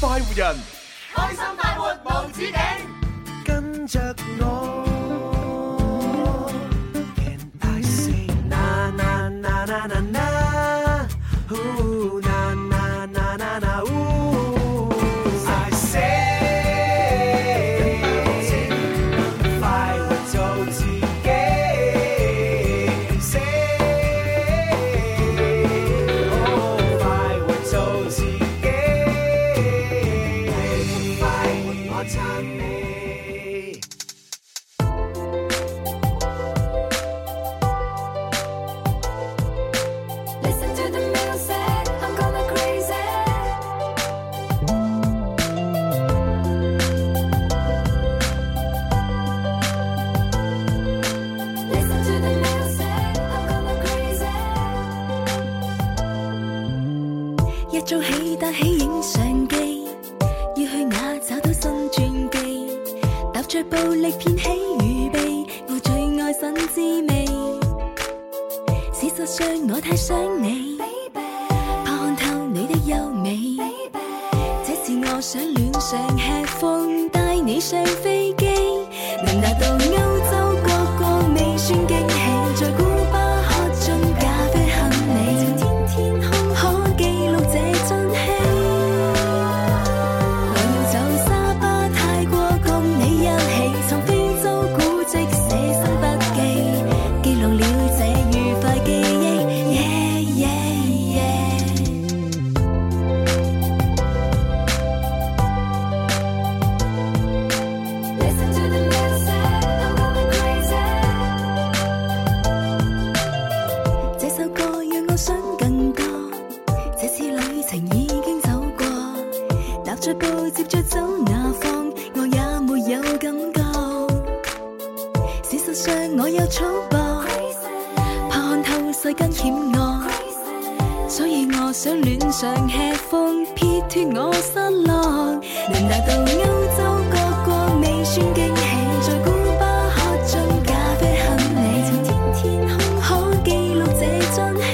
快活人，開心快活無止境，跟着我。Can I say na na na na na na? Ooh, na na na na na ooh. I say，快活做自己。Say，哦快活做自己。快活我撐你。 Listen to the music, I'm going crazy. Listen to the music, I'm going crazy. 一早起打起影相機，要去那找到新轉機。踏着步力遍起預備，我最愛新滋味。事實上我太想你，怕看透你的優美，這是我想戀上吃風，帶你上飛機，能達到歐洲各個未算驚喜，在古巴喝盡咖啡很美，天天空可記錄這真稀。我要走沙巴、泰國，共你一起創非洲古蹟，寫生筆記，記錄了這愉快記憶。Yeah yeah yeah。Listen to the music, I'm going crazy。這首歌讓我想更多，這次旅程已經走過。踏着步接着走那方，我也沒有感覺。事實上我有粗暴，怕看透世間險惡，所以我想戀上吃風，撇脱我失落，能達到歐洲各國未算驚喜，在古巴喝盡咖啡很美，天天空可記錄這真稀。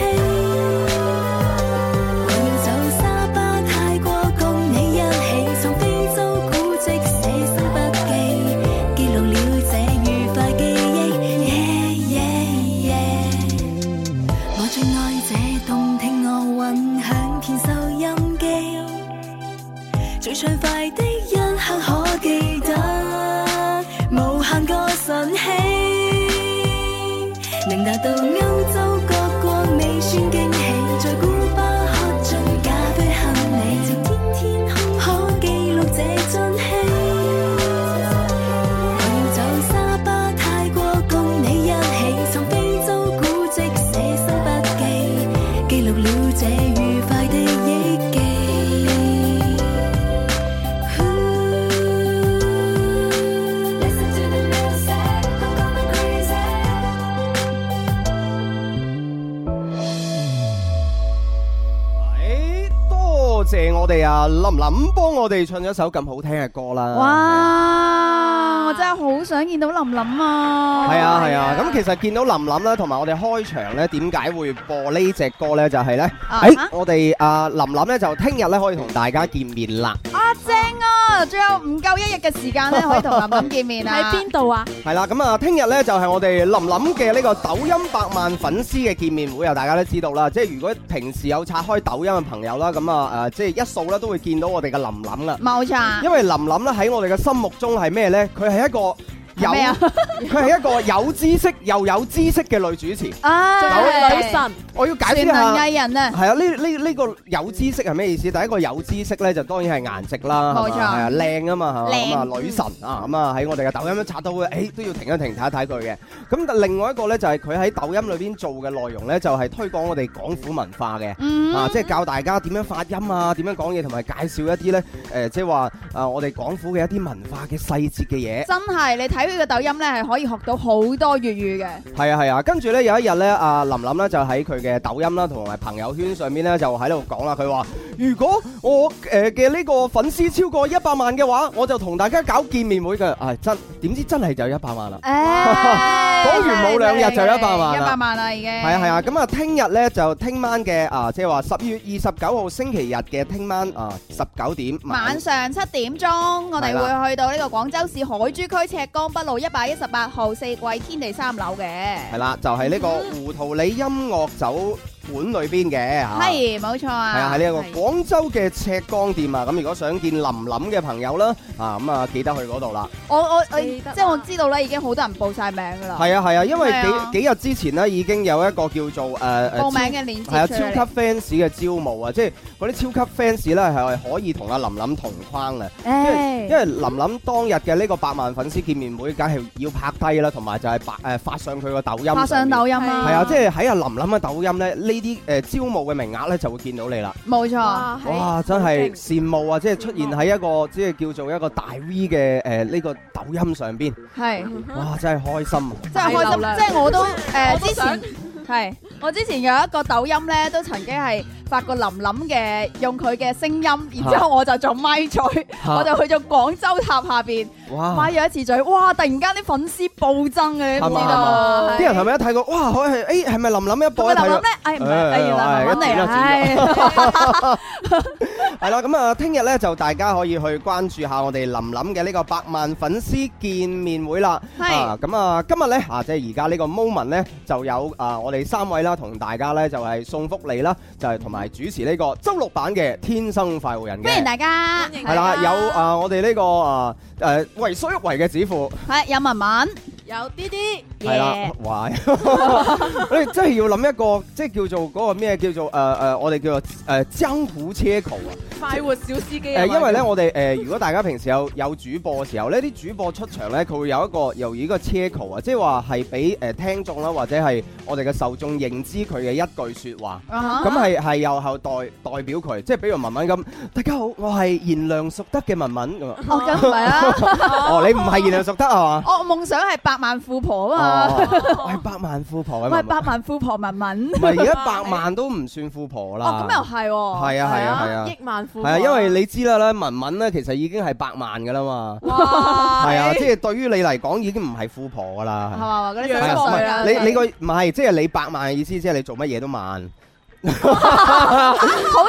我要走沙巴、泰國，共你一起創非洲古蹟，寫生筆記，記錄了這愉快記憶。Yeah yeah yeah，我最愛這動聽樂韻響遍收音機，最暢快的一刻可記得，無限個晨曦。能達到歐洲各國未算驚喜，在古巴喝盡咖啡很美，天天空可記錄這真稀。我要走沙巴、泰國，共你一起創非洲古蹟，寫生筆記，記錄了這愉快的憶記。 Listen to the music, I'm going crazy. 誒，多謝我哋啊林林幫我哋唱咗首咁好聽嘅歌啦。哇！我真係好想見到琳琳啊！係啊係啊，咁其實見到林林啦，同埋我哋開場咧，點解會播呢只歌咧？就係咧，啊誒哈，我哋啊林林咧就聽日咧可以同大家見面啦。啊正啊！仲有唔夠一日嘅時間咧，可以同琳琳見面啊！喺邊度啊？係啦，咁啊，聽日咧就係我哋林林嘅呢個抖音百萬粉絲嘅見面會啊！大家都知道啦，即係如果平時有刷開抖音嘅朋友啦，咁啊誒，即係一掃咧都會見到我哋嘅林林啦。冇錯，因為林林咧喺我哋嘅心目中係咩咧？佢係一個有係咩啊佢係一個有知識又有知識嘅女主持。啊女神我要解釋全下能。藝人啊！係啊，呢呢呢個有知識係咩意思？第一個有知識咧，就當然係顏值啦，冇係嘛錯係啊，靚啊嘛，係嘛靚咁啊，女神啊，咁啊喺我哋嘅抖音一刷到嘅，誒都要停一停睇一睇佢嘅。咁但另外一個咧，就係佢喺抖音裏邊做嘅內容咧，就係推廣我哋廣府文化嘅。嗯，啊，即係教大家點樣發音啊，點樣講嘢，同埋介紹一啲咧，誒、即係話啊，我哋廣府嘅一啲文化嘅細節嘅嘢。真係你睇睇佢嘅抖音咧，係可以學到好多粵語嘅。係啊係啊，跟住咧有一日咧，阿林林咧就喺佢嘅抖音啦，同埋朋友圈上面咧就喺度講啦，佢話：如果我誒嘅呢個粉絲超過一百萬嘅話，我就同大家搞見面會嘅。唉、真點知真係啊就一百萬啦！誒， 講完冇兩日就100萬啦一百萬啦已經。係啊係啊，咁啊聽日咧就聽晚嘅啊，即係話十月二十九號星期日嘅聽晚啊十九點晚上七點鐘，我哋會去到呢個廣州市海珠區赤江北路一百一十八號四季天地三樓嘅。係啦，就係呢個胡桃里音樂酒館裏邊嘅嚇。係，冇錯啊。啊係啊，喺呢一係個廣州嘅赤江店啊，咁如果想見林林嘅朋友啦，啊咁啊記得去嗰度啦。我我我記即得啊係我知道咧，已經好多人報晒名㗎啦。係啊係啊，因係為啊幾幾日之前呢已經有一個叫做誒報誒名嘅鏈接係啊出嚟超級 fans 嘅招募啊，即係嗰啲超級 fans 咧係可以同阿林林同框嘅，因為因誒為林林當日嘅呢個百萬粉絲見面會，梗係要拍低啦，同埋就係白誒發上佢個抖音，發上抖音啊，係啊，即係喺阿林林嘅抖音咧，呢啲誒招募嘅名額咧就會見到你啦。冇啊錯。哇，係，哇！真係好勁。羨慕啊！即係出現喺一個即係叫做一個大 V 嘅誒呢個抖音上邊，係，哇！真係開心啊！嗯真係開大流心，量即係 我都我誒都之想前係我之前有一個抖音咧，都曾經係發過林林嘅用佢嘅聲音，啊然之後我就做咪嘴，我就去咗廣州塔下邊哇咪！咗一次嘴，哇！突然間啲粉絲暴增啊嘅，你係唔知嘛道啲人係咪一睇過哇？佢係誒係咪林林一播啊係咪林林一睇過咧？哎唔係，哎呀林林嚟啊，哎唉係啦，咁啊，聽日咧就大家可以去關注下我哋林林嘅呢個百萬粉絲見面會啦。係啊，咁啊，今日咧啊，即係而家呢個 moment 咧就有啊，我哋三位啦，同大家咧就係送福利啦，就係同埋主持呢個周六版嘅《天生快活人》嘅歡迎。大家，歡迎係啦，大家。有啊，我哋呢個啊誒為所欲為嘅指父係有文文，有啲啲。係啦，哇！ 我哋真係要諗一個，即係叫做嗰個咩叫做誒誒，我哋叫做誒江湖車球啊！快活小司機啊，誒，因為咧，我哋誒，如果大家平時有有主播嘅時候呢啲主播出場咧，佢會有一個由呢個車球啊，即係話係俾誒聽眾啦，或者係我哋嘅受眾認知佢嘅一句説話。咁啊咁係係由後代代表佢，即係比如文文咁，大家好，我係賢良淑德嘅文文 咁啊。哦咁唔係 啊，哦哦，你唔係賢良淑德係嘛？我夢想係百萬富婆啊嘛，哦，喂，百萬富婆我啊係嘛百，萬富婆文文。唔係而家百萬都唔算富婆啦。哦，咁又係喎。啊係啊係啊係啊，億萬富係啊，翁。因為你知啦啦，文文咧其實已經係百萬噶啦嘛，哇， 係啊，即係對於你嚟講已經唔係富婆噶係啦。嘛？嗰啲係係啊啊，唔歲啊啊，係你你個唔係，即係你百萬嘅意思，即係你做乜嘢都萬。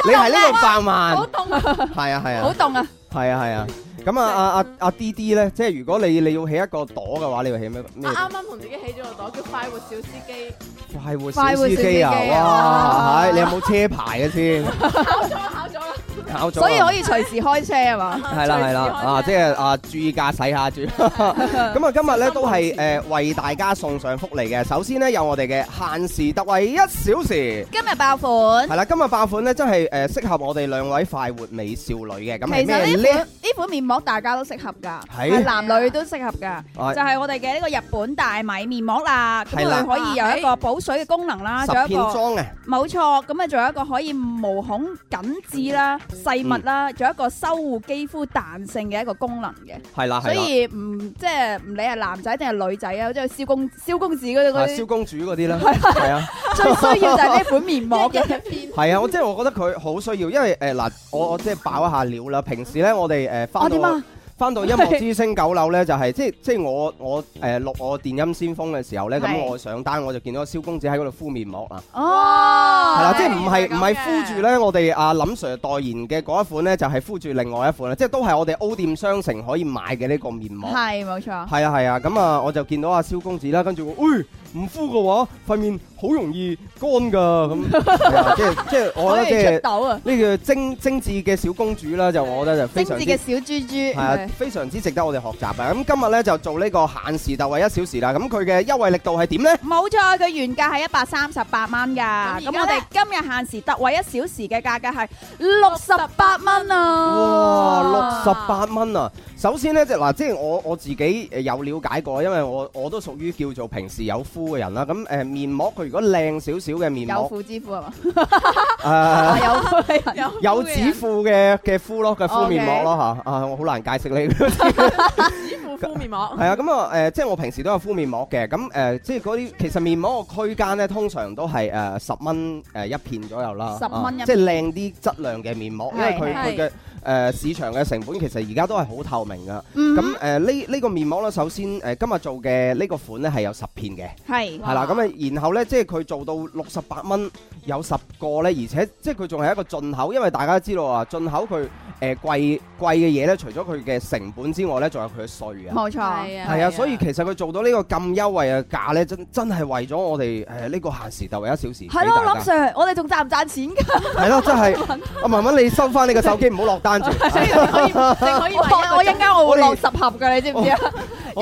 你係呢個百萬，好凍啊， 係啊係好啊，凍啊！係啊係啊。咁啊啊啊啊 D D 咧，即係如果你你要起一個朵嘅話，你會起咩咩啱啱同自己起咗個朵，叫快活小司機。快活小司機啊？快活小司機啊哇，係你有冇車牌嘅先？考咗啦。考咗啊。所以可以隨時開車係嘛？係啦係啦，隨時開車。啊即係啊注意駕駛下注。咁啊今日咧都係誒為大家送上福利嘅。首先咧有我哋嘅限時特惠一小時。今日爆款，係啦，今日爆款咧真係誒適合我哋兩位快活美少女嘅。咁係其咩實呢咧款？呢款面膜大家都適合㗎，係係男女都適合㗎。啊就係我哋嘅呢個日本大米面膜啦，咁係啦佢可以有一個補水嘅功能啦，仲有十一片個裝嘅，冇錯，咁啊仲有一個可以毛孔緊緻啦、細密嗯啦，仲有一個修護肌膚彈性嘅一個功能嘅。啊係啦所係啦。以唔即係唔理係男仔定係女仔啊，即係蕭公蕭公子嗰啲啊嗰蕭啲公主嗰啲啦，係啊，最需要就係呢款面膜 嘅。係啊，我即係我覺得佢好需要，因為誒嗱，我我即係爆一下料啦。平時咧，我哋誒我翻點到啊？翻到音樂之星九樓咧，就係即 係即係我我誒錄我電音先鋒嘅時候咧，咁係我上單我就見到蕭公子喺嗰度敷面膜啊，哦，係啦，即係係唔係原來唔咁係嘅敷住咧，我哋阿林 Sir 代言嘅嗰一款咧，就係敷住另外一款啦，即係都係我哋 O 店商城可以買嘅呢個面膜。係冇錯，係啊係啊，咁啊我就見到阿蕭公子啦，跟住我，喂唔敷嘅話，塊面好容易乾 㗎咁，係啊即係即係我可覺以出得痘啊！即係呢個精精緻嘅小公主啦，就我覺得就非精常緻之嘅小豬豬，係啊係，非常之值得我哋學習啊！咁今日咧就做呢個限時特惠一小時啦，咁佢嘅優惠力度係點咧？冇錯，佢原價係一百三十八蚊㗎，咁咁而家我哋今日限時特惠一小時嘅價格係六十八蚊哇，六啊！十八蚊啊！首先咧，即係嗱，即係我我自己誒有了解過，因為我我都屬於叫做平時有敷嘅人啦。咁誒面膜佢如果靚少少嘅面有膜，付之付係嘛？誒啊 有付嘅人有有夫嘅人，指付嘅嘅敷咯嘅敷面膜咯嚇，啊我好難解釋你。指腹敷面膜係啊，咁啊誒，即係我平時都有敷面膜嘅，咁誒、即係嗰啲其實面膜個區間咧，通常都係誒十蚊誒一片左右啦， 10蚊一片啊即係靚啲質量嘅面膜，因為佢佢係嘅誒市場嘅成本其實而家都係好透明噶。嗯咁誒呢呢個面膜咧，首先誒、今日做嘅呢個款咧係有十片嘅，係係啦，咁啊然後咧即係佢做到六十八蚊有十個咧，而且即係佢仲係一個進口，因為大家都知道啊，進口佢誒、貴貴嘅嘢咧，除咗佢嘅成本之外咧，仲有佢嘅税啊。冇錯，係係啊，所以其實佢做到呢個咁優惠嘅價咧，真真係為咗我哋誒呢個限時特惠一小時。係咯，我諗 Sir，我哋仲賺唔賺錢㗎？係咯，真係 阿文文，你收翻你個手機，唔好落單住。可以你可以話我我一陣間我會我落哋十盒㗎，你知唔知啊？我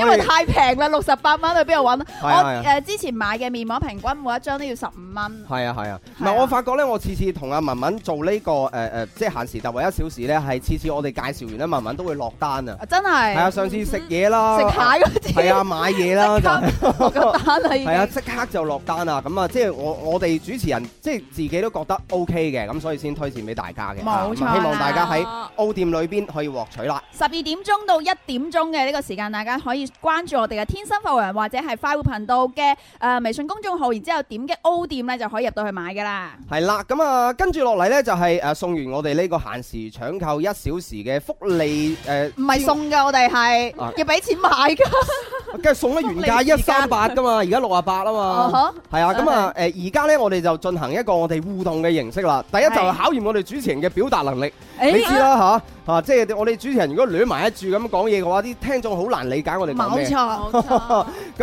因為哋太平啦，六十八蚊去邊度揾？係 啊係我 啊誒之前買嘅面膜平均每一張都要十五蚊。係啊係啊，唔係係啊我發覺咧，我次次同阿文文做呢個誒誒，即係限時特惠一小時咧，係次次我哋介紹完咧，文文都會落單啊。啊真係係啊，上次食嘢啦，食蟹嗰啲，係啊，買嘢啦就。落咗單啦已係啊，經。即刻就落單啊！咁啊，即係我我哋主持人即係自己都覺得 O K 嘅，咁所以先推薦俾大家嘅。冇錯咁啊希望啦大家喺 O 店裏邊可以獲取啦。十二點鐘到一點鐘嘅呢個時間，大家可以關注我哋嘅天生快活人或者係快活頻道嘅誒、呃微信公眾號，然之後點擊 O 店咧就可以入到去買噶啦。係啦，咁啊，跟住落嚟呢，就係誒送完我哋呢個限時搶購一小時嘅福利呃誒，唔係 送噶，我哋係啊要俾錢買 噶。先，跟住送咗原價福利一時間三八噶嘛，而家六啊八啊哦嘛。呵係啊，咁啊，誒而家呢，我哋就進行一個我哋互動嘅形式啦。第一就係係考驗我哋主持人嘅表達能力。誒你知啊啦吓，啊嚇，即係我哋主持人如果亂埋一住咁講嘢嘅話，啲聽眾好難理解我哋講冇咩。錯，咁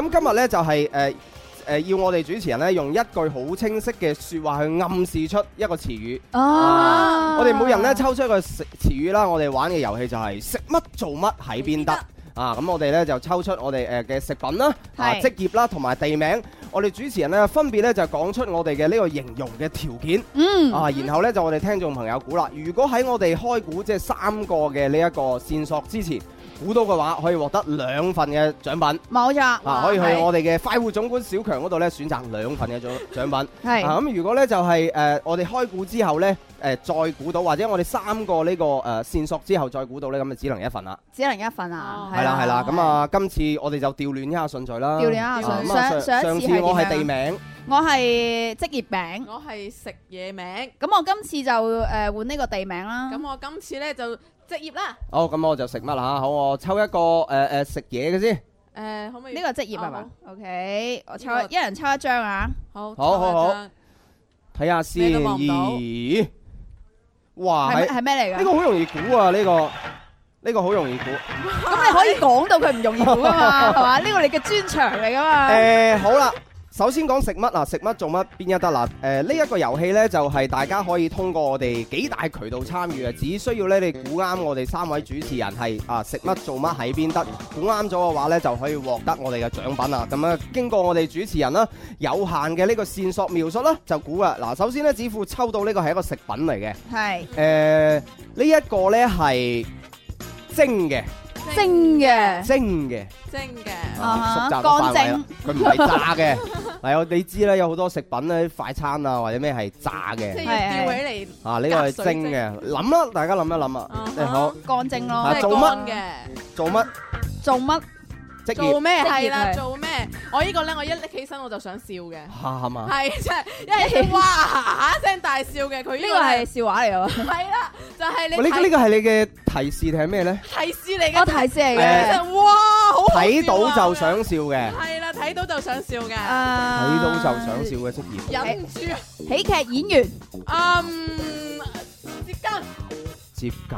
今日咧就係誒誒要我哋主持人咧用一句好清晰嘅説話去暗示出一個詞語。啊！我哋每人咧抽出一個詞詞語啦，我哋玩嘅遊戲就係食乜做乜喺邊得。啊，咁我哋咧就抽出我哋誒呃嘅食品啦、啊係職業啦同埋地名，我哋主持人咧分別咧就講出我哋嘅呢個形容嘅條件，嗯啊，然後咧就我哋聽眾朋友估啦。如果喺我哋開估即係三個嘅呢一個線索之前估到嘅話，可以獲得兩份嘅獎品。冇錯，啊，可以去我哋嘅快活總管小強嗰度咧選擇兩份嘅獎獎品。係啊，咁如果咧就係、呃我哋開估之後咧，誒、再估到，或者我哋三個呢、個誒、呃、線索之後再估到咧，咁就只能一份啦。只能一份啊，哦係啦係啦，咁，啊，今次我哋就調亂一下順序啦。調亂一下啊順咁啊上上上上一次次我係係啊地點名，我係職業餅，我係食嘢名，咁我今次就誒換呢個地名啦。咁我今次咧就職業啦。好，咁我就食乜啦嚇？好，我抽一個誒誒食嘢嘅先。誒，可唔可以呢個職業係嘛哦？OK，我抽呢個一人抽一張啊。好，好好好抽一張睇下先，咩都望唔到咦？哇！係係啊係咩嚟呢㗎？個好容易估啊！呢、個呢、個好容易估。咁你可以講到佢唔容易估噶 嘛，係嘛？呢個你嘅專長嚟噶嘛。啊誒好啦，首先講食乜啊，食乜做乜邊一得啦？誒呢一個遊戲呢，就係、大家可以通過我哋幾大渠道參與啊，只需要呢，你估啱我哋三位主持人係啊食乜做乜喺邊得，估啱咗嘅話呢，就可以獲得我哋嘅獎品啦。咁啊，經過我哋主持人啦有限嘅呢個線索描述啦，就估啊嗱，首先呢，只乎抽到呢個係一個食品嚟嘅，誒、係呢一個呢係蒸嘅，精嘅，蒸嘅。蒸嘅，啊啊哈熟習嘅乾範圍啦佢唔係炸嘅。 係啊，你知啦，有好多食品咧，快餐啊或者咩係炸即係嘅，要吊起嚟，啊呢個係蒸隔水嘅。諗啦，大家諗一諗啊啊。你好，乾蒸啊咯即。係做乜乾嘅，做乜做乜？職業做？咩職業係啦？係做咩？我呢個咧，我一拎起身我就想笑嘅。喊啊！係即係一起身哇一聲大笑嘅，佢呢個係笑話嚟㗎 喎。係啦，就係你喂呢個呢睇個係你嘅提示定係咩咧？提示嚟嘅，我提示嚟誒嘅。就哇好好笑啊睇到就想笑嘅，係啦，睇到就想笑嘅，睇睇到就想笑嘅職業。忍唔住啊喜劇演員嗯，接近接近，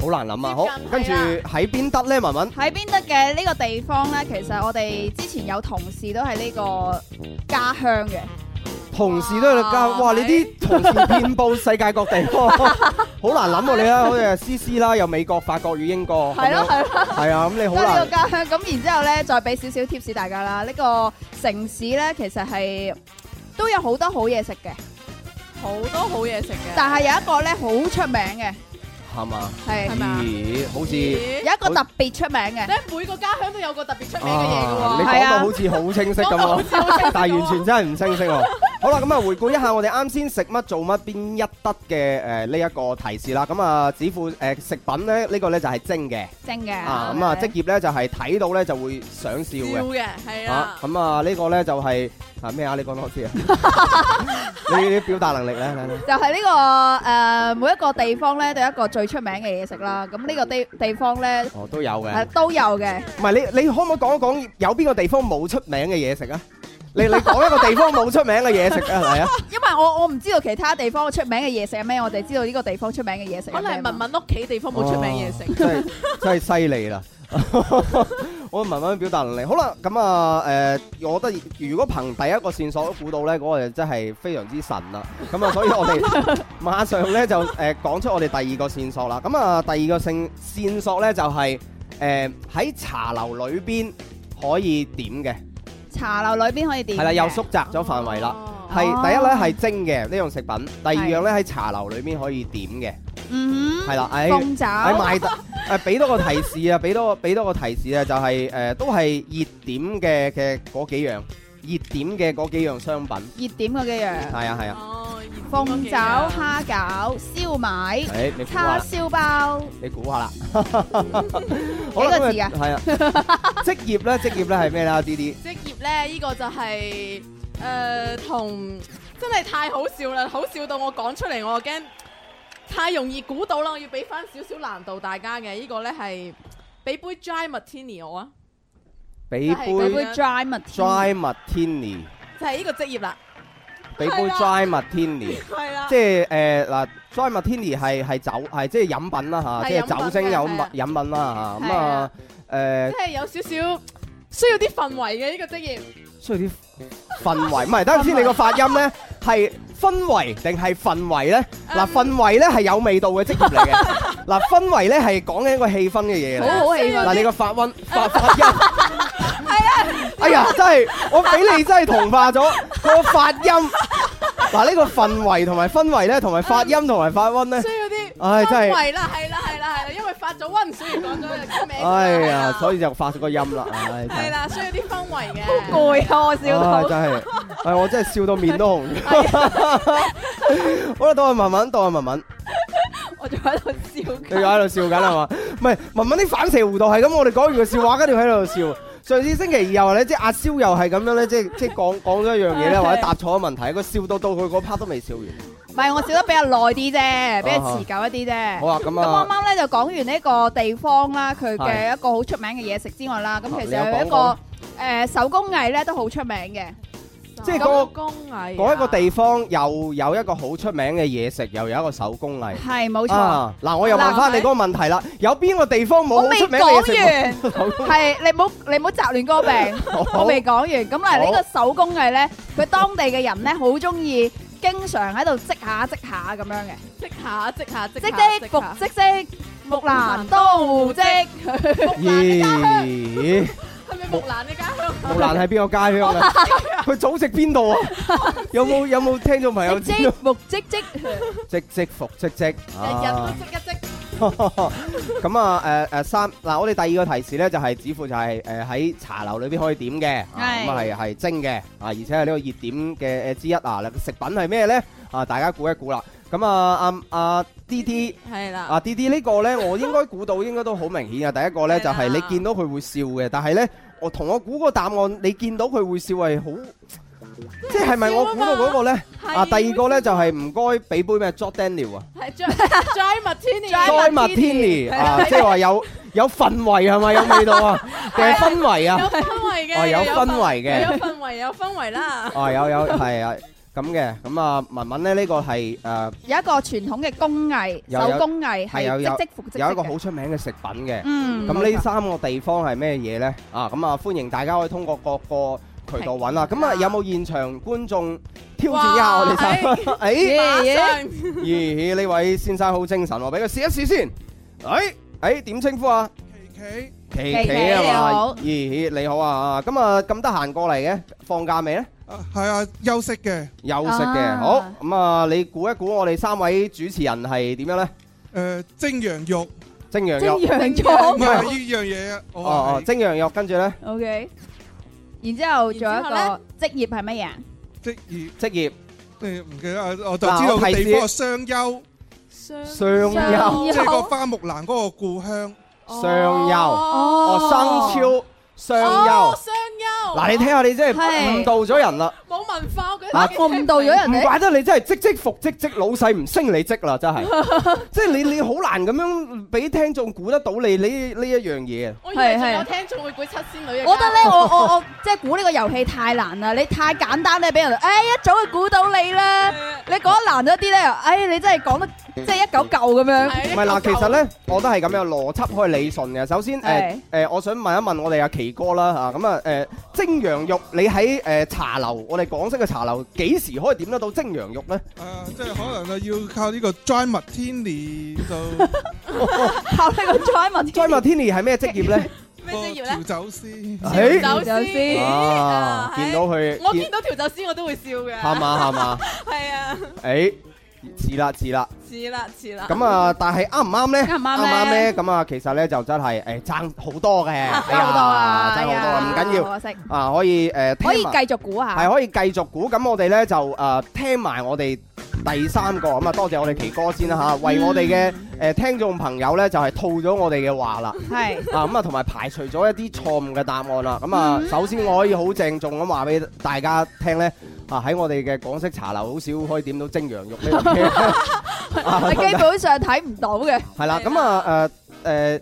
好難諗啊！好接近，跟住係喺邊得咧？文文喺邊得嘅呢個地方呢，其實我哋之前有同事都係呢個家鄉嘅，同事都喺度加，哇哇！你啲同事遍佈世界各地，哦好難諗喎你啊！好似係 C C 啦，有美國、法國與英國，係咯咁樣係咯，係啊，咁你都哦係好呢難個。家鄉。咁然之後呢，再俾少少 tips 大家啦。呢個城市呢，其實係都有好多好嘢食嘅，好多好嘢食嘅，但係有一個呢，好出名嘅，係嘛？係係咪啊咦，好似咦有一個特別出名嘅。咧每個家鄉都有個特別出名嘅嘢啊，嘅你喎，係講啊到好似好清晰咁講到好喎，似好清晰但係完全真係唔清晰喎。好啦，咁啊，回顧一下我哋啱先食乜做乜邊一得嘅誒呢一個提示啦。咁啊，指付誒食品咧，呢個咧就係蒸嘅正嘅。啊。咁啊，職業咧就係睇到咧就會想笑要嘅。嘅，啊係啦，。咁啊，呢個咧就係啊咩啊？你講多 次啊！你啲表達能力咧，啊嚟嚟就係呢、個呃每一個地方咧都有一個最出名嘅嘢食啦。咁呢個地地方咧哦都有嘅誒。都有嘅，唔係你你可唔可以講一講有邊個地方冇出名嘅嘢食啊？你你講一個地方冇出名嘅嘢食啊，嚟啊！因為我我唔知道其他地方出名嘅嘢食係咩，我哋知道呢個地方出名嘅嘢食係咩嘛。可能係文文屋企地方冇出名嘢食，哦真係真係犀利啦！ 我慢慢表達能力。好啦，咁啊誒，我覺得如果憑第一個線索都估到咧，嗰、個就真係非常之神啦。咁啊，所以我 哋馬上咧就誒、講出我哋第二個線索啦。咁啊，第二個線線索咧就係誒喺茶樓裏邊可以點嘅，茶樓裏邊可以點嘅？係啦，又縮窄咗範圍啦。哦係第一咧哦係蒸嘅呢種食品，第二樣咧喺茶樓裏邊可以點嘅，嗯係啦，哼，喺鳳 喺爪賣特誒哎俾多個提示啊，俾多個俾多個提示啊，就係誒都係熱點嘅嘅嗰幾樣，熱點嘅嗰幾樣商品，熱點嗰幾樣，係啊係啊，哦，熱點嗰鳳幾爪、樣蝦餃、燒賣、誒你估下叉啦，燒包。你估下 啦，個字㗎咁啊係啊，職業咧職業咧係咩啦？D D 職業咧，呢、個就係誒同真係太好笑啦，好笑到我講出嚟，我驚太容易估到啦，我要俾翻少少難度大家嘅。呢、個咧係俾杯 dry martini 我啊，俾就係佢嗰杯杯會 dry 物 dry martini，就係、呢個職業啦，俾杯係啦 dry martini。係啦即。係誒嗱，dry martini 係係酒係即係飲品啦嚇，係即係飲品酒精嘅有係物啊飲品啦嚇，咁係啊啊誒即係有少少需要啲氛圍嘅呢個職業，需要啲氛圍，唔係等陣先，你個發音咧係氛圍定係氛圍咧？嗱，嗯氛圍咧係有味道嘅職業嚟 嘅，嗱，氛圍咧係講緊一個氣氛嘅嘢嚟嘅。好好氣嗱，氛。你個發 温發發音，係啊，哎呀，真係我俾你真係同化咗個發音。嗱，呢個氛圍同埋氛圍咧，同埋發音同埋發温咧。需要啲唉真係氛圍啦，係啦，係啦，係啦，因為發咗瘟，所以講咗個名。哎呀，所以以就發咗個音啦，唉，真係係啦，需要啲氛圍嘅。攰啊！我笑啊到真係，唉，我真係笑到 面都紅啊咗。好啦，到阿文文，到阿文文，我仲喺度笑你又喺度笑緊係嘛？唔係，文文啲反射弧度係咁，我哋講完個笑話，跟住喺度笑。上次星期二又係咧，即係阿蕭又係咁樣咧，即係即係講講咗一樣嘢咧，或者答錯咗問題，佢笑到到佢嗰 part 都未笑完。唔係，我笑得比較耐啲啫，比較持久一啲啊好啫。啊，咁咁我啱啊，啱咧就講完呢個地方啦，佢係嘅一個好出名嘅嘢食之外啦，咁其你有實有講一過個誒手工藝咧都好出名嘅，即係嗰個手工啊藝，嗰一個地方又有一個好出名嘅嘢食，又有一個手工藝。係冇錯。啊，嗱，我又問翻你嗰個問題啦，有邊個地方冇我好未出名嘅嘢食講冇？完，係你唔好你唔好雜亂歌病。 好我未講完，咁嗱呢好個手工藝咧，佢當地嘅人咧好中意，經常喺度織下織下咁樣嘅，織下織下織織下織復織織，木蘭刀刀織，咦？係咪木蘭呢家鄉？木蘭喺邊個街鄉啊？佢祖籍邊 度啊？有冇有冇聽眾朋織友知 織道？木織織，即即復即即啊！日日都織一 織。咁啊誒誒三嗱，我哋第二個提示咧就係指父就係誒喺茶樓裏邊可以點嘅，啊係咁啊係係蒸嘅啊，而且係呢個熱點嘅誒之一啊！嗱，食品係咩咧？啊，大家估一估啦。咁啊阿阿 D D 係啦，啊 D D 呢個咧，我應該估到應該都好明顯啊嘅。第一個咧就係你見到佢會笑嘅，但係咧我同我估個答案，你見到佢會笑係好，即係咪我估到嗰個咧？係啊，第二個咧就係唔該俾杯咩 Jord Daniel 啊係 dry dry martini。 ，Joy Dry Martini Martini，啊，即係話有有氛圍係咪有味道啊？定係氛圍有啊？氛哦圍嘅，有又氛圍嘅有氛圍有氛圍啦。啊有有係啊咁嘅，咁啊文文咧呢個係呃誒有一個傳統嘅工藝，有有手工藝係係有織織復織織有一個嘅好出名嘅食品嘅。嗯咁呢三個地方係咩嘢呢？啊，咁啊，歡迎大家可以通過各個渠道揾啦。咁啊，有冇現場觀眾挑戰一下我哋三哇？ 誒，馬耶上咦，呢位先生好精神喎，俾佢試一試先。誒誒，點稱呼啊？琪琪，琪琪啊琪琪你嘛好？咦，你好啊！咁啊，咁得閒過嚟嘅，放假未呢？啊，係啊，休息嘅。誒，休息嘅，啊好咁啊！你估一估我哋三位主持人係點樣呢？呃蒸羊肉。啊蒸羊蒸肉，羊肉唔係，肉唔係，呢樣嘢我係哦哦，蒸羊肉，跟住呢？ ，OK。然之後仲有一然之後個職業係乜嘢啊？職業職業誒唔記得啊，我就知嗱道我個提地示方係雙丘，雙雙優即係個花木蘭嗰個故鄉。雙優 Ờ. 哦，生肖雙哦優。雙優嗱，你聽下，你真係係誤導咗人啦。冇文化，我覺嗱得我誤導咗人唔哋。怪得你真係職職復職職，老細唔升你職啦，真係。即係你你好難咁樣俾聽眾估得到你呢呢一樣嘢。啊我以為仲有係係聽眾會估七仙女嘅。我覺得咧，我我我即係估呢個遊戲太難啦，你太簡單咧，俾人誒一早就估到你啦。你講得難咗啲咧，誒你真係講得即係一嚿嚿咁樣。唔係嗱，其實咧，我都係咁樣邏輯可以理順嘅。首先誒係誒，我想問一問我哋阿奇哥啦嚇，咁啊誒蒸羊肉，你喺誒茶樓，我哋廣式嘅茶樓幾時可以點得到蒸羊肉咧？誒，即係可能啊，要靠呢個 Dry Martini 就靠呢個 j o y m n 再問 Tini 係咩職業咧？咩職業調咧？酒師。誒調酒師 啊，Ờ, 見到佢哎我見到調酒師我都會笑嘅。係嘛係嘛，係啊，誒似啦似啦。似啦似啦。咁啊，但係啱唔啱咧？啱唔啱唔咧啱咧？咁啊，其實咧就真係誒爭好多嘅， 爭好多啊，爭好多啊，唔緊要可惜，啊，可以誒可以聽埋繼續估下。係可以繼續估。咁我哋咧就誒聽埋我哋第三個咁啊，多謝我哋奇哥先啦嚇，為我哋嘅嗯誒聽眾朋友咧就係套咗我哋嘅話啦。 係啊咁啊，同埋排除咗一啲錯誤嘅答案啦。咁嗯啊，首先我可以好鄭重咁話俾大家聽咧，啊喺我哋嘅港式茶樓好少可以點到蒸羊肉 呢樣嘢。 係基本上睇唔到嘅。係啦，咁啊誒誒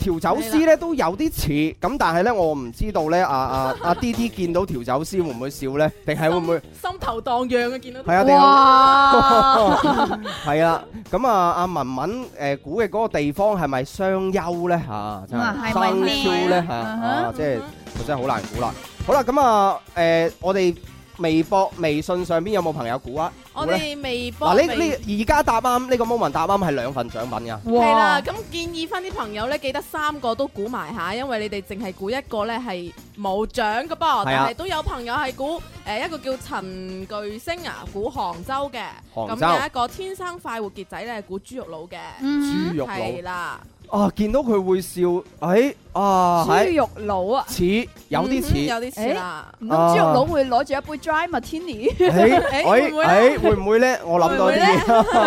調酒師咧都有啲似，咁但係咧我唔知道咧啊啊啊 D D 見到調酒師會唔會笑咧，定係會唔會心頭蕩漾啊！見到係啊？定 係哇！係啊？咁啊阿文文誒估嘅嗰個地方係咪雙丘咧嚇？真啊係咪係雙呢丘咧嚇嗯啊哼！即係真係好難估啦。好啦，咁啊誒我哋。微博、微信上邊有冇朋友估啊？估我呢哋微博嗱，呢微呢而家答啱呢個 moment 答啱係兩份獎品㗎。係啦，咁建議翻啲朋友咧，記得三個都估埋下，因為你哋淨係估一個咧係冇獎噶噃，但係都有朋友係估誒一個叫陳巨星啊，估杭州嘅，杭咁州有一個天生快活傑仔咧估豬肉佬嘅，豬肉佬係啦，啊！見到佢會笑，哎啊，豬係肉佬啊，似有啲嗯有似，啲似啦，唔通豬肉佬會攞住一杯 dry martini？哎 哎會唔會哎哎，會唔會咧？我諗到啲嘢。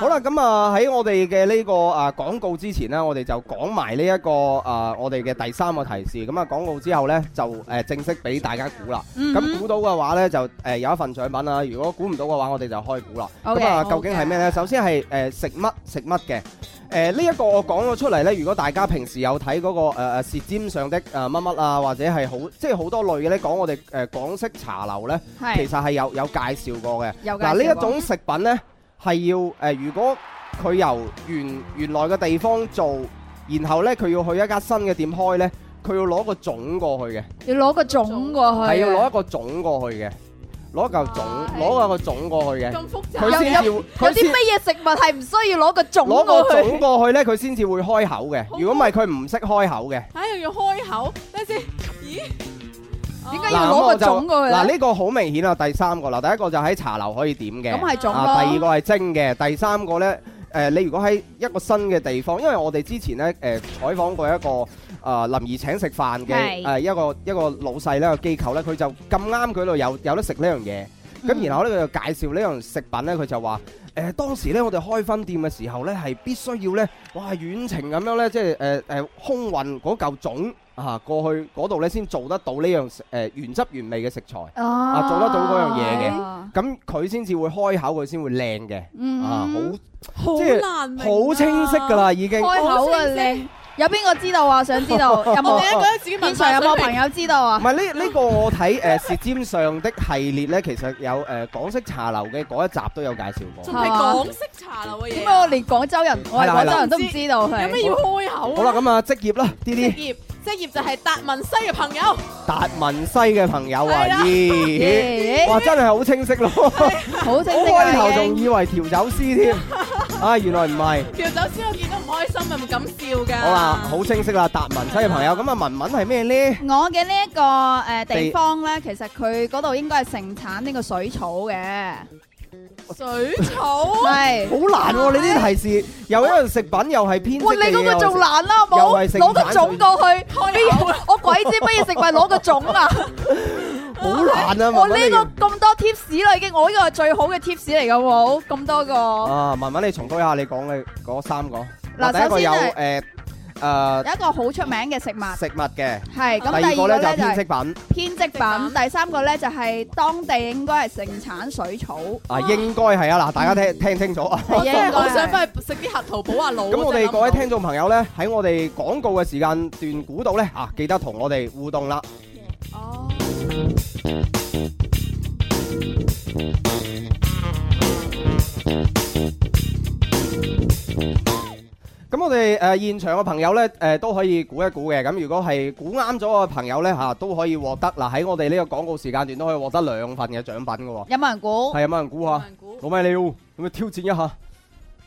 好啦，咁啊喺我哋嘅呢個啊廣告之前呢，我哋就講埋呢一個啊我哋嘅第三個提示。咁啊廣告之後呢，就誒正式俾大家估啦。嗯咁估到嘅話呢，就誒有一份獎品啦。如果估唔到嘅話，我哋就開估啦。咁 OK，啊，好究竟係咩呢？首先係誒食乜食乜嘅。誒呢一個我講咗出嚟呢，如果大家平時有睇嗰、個誒誒、呃舌尖上的誒乜乜啊，或者係好即係好多類嘅呢，講我哋誒、呃港式茶樓呢，係其實係有有介紹過嘅。有嗱呢一種食品呢，係要誒、如果佢由原原來嘅地方做，然後呢，佢要去一家新嘅店開呢，佢要攞個種過去嘅，要攞個種過去，係要攞一個種過去嘅，攞一嚿種哇攞一個種過去嘅，咁複雜佢先至啊有會有佢啲先咩。嘢食物係唔需要攞個種攞過個去種？過去咧，佢先至會開口嘅。好如果唔係，佢唔識開口嘅。嚇又要開口，等陣先，咦？點解嗱要咁攞我個就種過去咧嗱呢個好明顯啊，第三個啦，第一個就喺茶樓可以點嘅，咁係種啊，第二咯，個係蒸嘅，第三個呢，誒、你如果喺一個新嘅地方，因為我哋之前呢，誒、採訪過一個誒、呃林兒請食飯嘅係誒一個一個老細呢個機構呢，佢就咁啱佢度有有得食呢樣嘢，咁嗯然後呢，佢就介紹呢樣食品呢，佢就話。誒、當時咧，我哋開分店嘅時候咧，係必須要咧，哇遠程咁樣咧，即係誒誒空運嗰嚿種啊過去嗰度咧，先做得到呢樣食誒、原汁原味嘅食材，啊做得到嗰樣嘅，嘢咁佢先至會開口，佢先會靚嘅，啊好哦嗯，好即係難明好清晰㗎啦，已經。開口啊好清晰靚，有邊個知道啊？想知 道有我冇哋？一覺得自己現文場化有冇水朋平友知道唔 啊？係呢呢個我睇誒《舌尖上的》系列咧，其實有誒、港式茶樓嘅嗰一集都有介紹過。仲係港式茶樓嘅點嘢解我啊，連廣州人，我係廣州人都唔知道有係咩要開口啊？好啦，咁啊職業啦，呢職啲業職業就係達文西嘅朋友，達文西嘅朋友啊，係啦咦，咦哇真係好清晰 咯！我好清晰開頭啊！仲已經以為調酒師 添，啊原來唔係。調酒師我見到唔開心啊，唔敢笑㗎。好啦，好清晰啦，達文西嘅朋友，咁啊文文係咩呢？我嘅呢一個誒地方咧，其實佢嗰度應該係盛產呢個水草嘅，水草係。好難喎，你啲提示又一樣食品，又係偏哇！你嗰個仲啦，難啦，好冇又係盛攞個產種過去，開不如口啊 我鬼知不如食埋攞個種啊！好難啊！我慢慢呢你個咁多 tips 啦，已經我呢個係最好嘅 tips 嚟嘅喎，咁多個啊，慢慢你重複一下你講嘅嗰三個。嗱第一首個先有係誒誒有一個好出名嘅食物，食物嘅，係咁第二第個二個咧就咧係就編係織品，編織品，第三個咧就係當地應該係盛產水草，啊應該係啊嗱，大家聽聽清楚啊。 我真係好想係翻去食啲核桃補下腦。咁我哋真係諗唔各位到聽眾朋友咧，喺我哋廣告嘅時間段估到咧啊，記得同我哋互動啦。哦，咁我哋誒現場嘅朋友咧，誒都可以估一估嘅。咁如果係估啱咗嘅朋友咧，嚇都可以獲得嗱喺我哋呢個廣告時間段都可以獲得兩份嘅獎品嘅喎。有冇人估？係有冇人估有下？人估老米你要咁咪挑戰一下，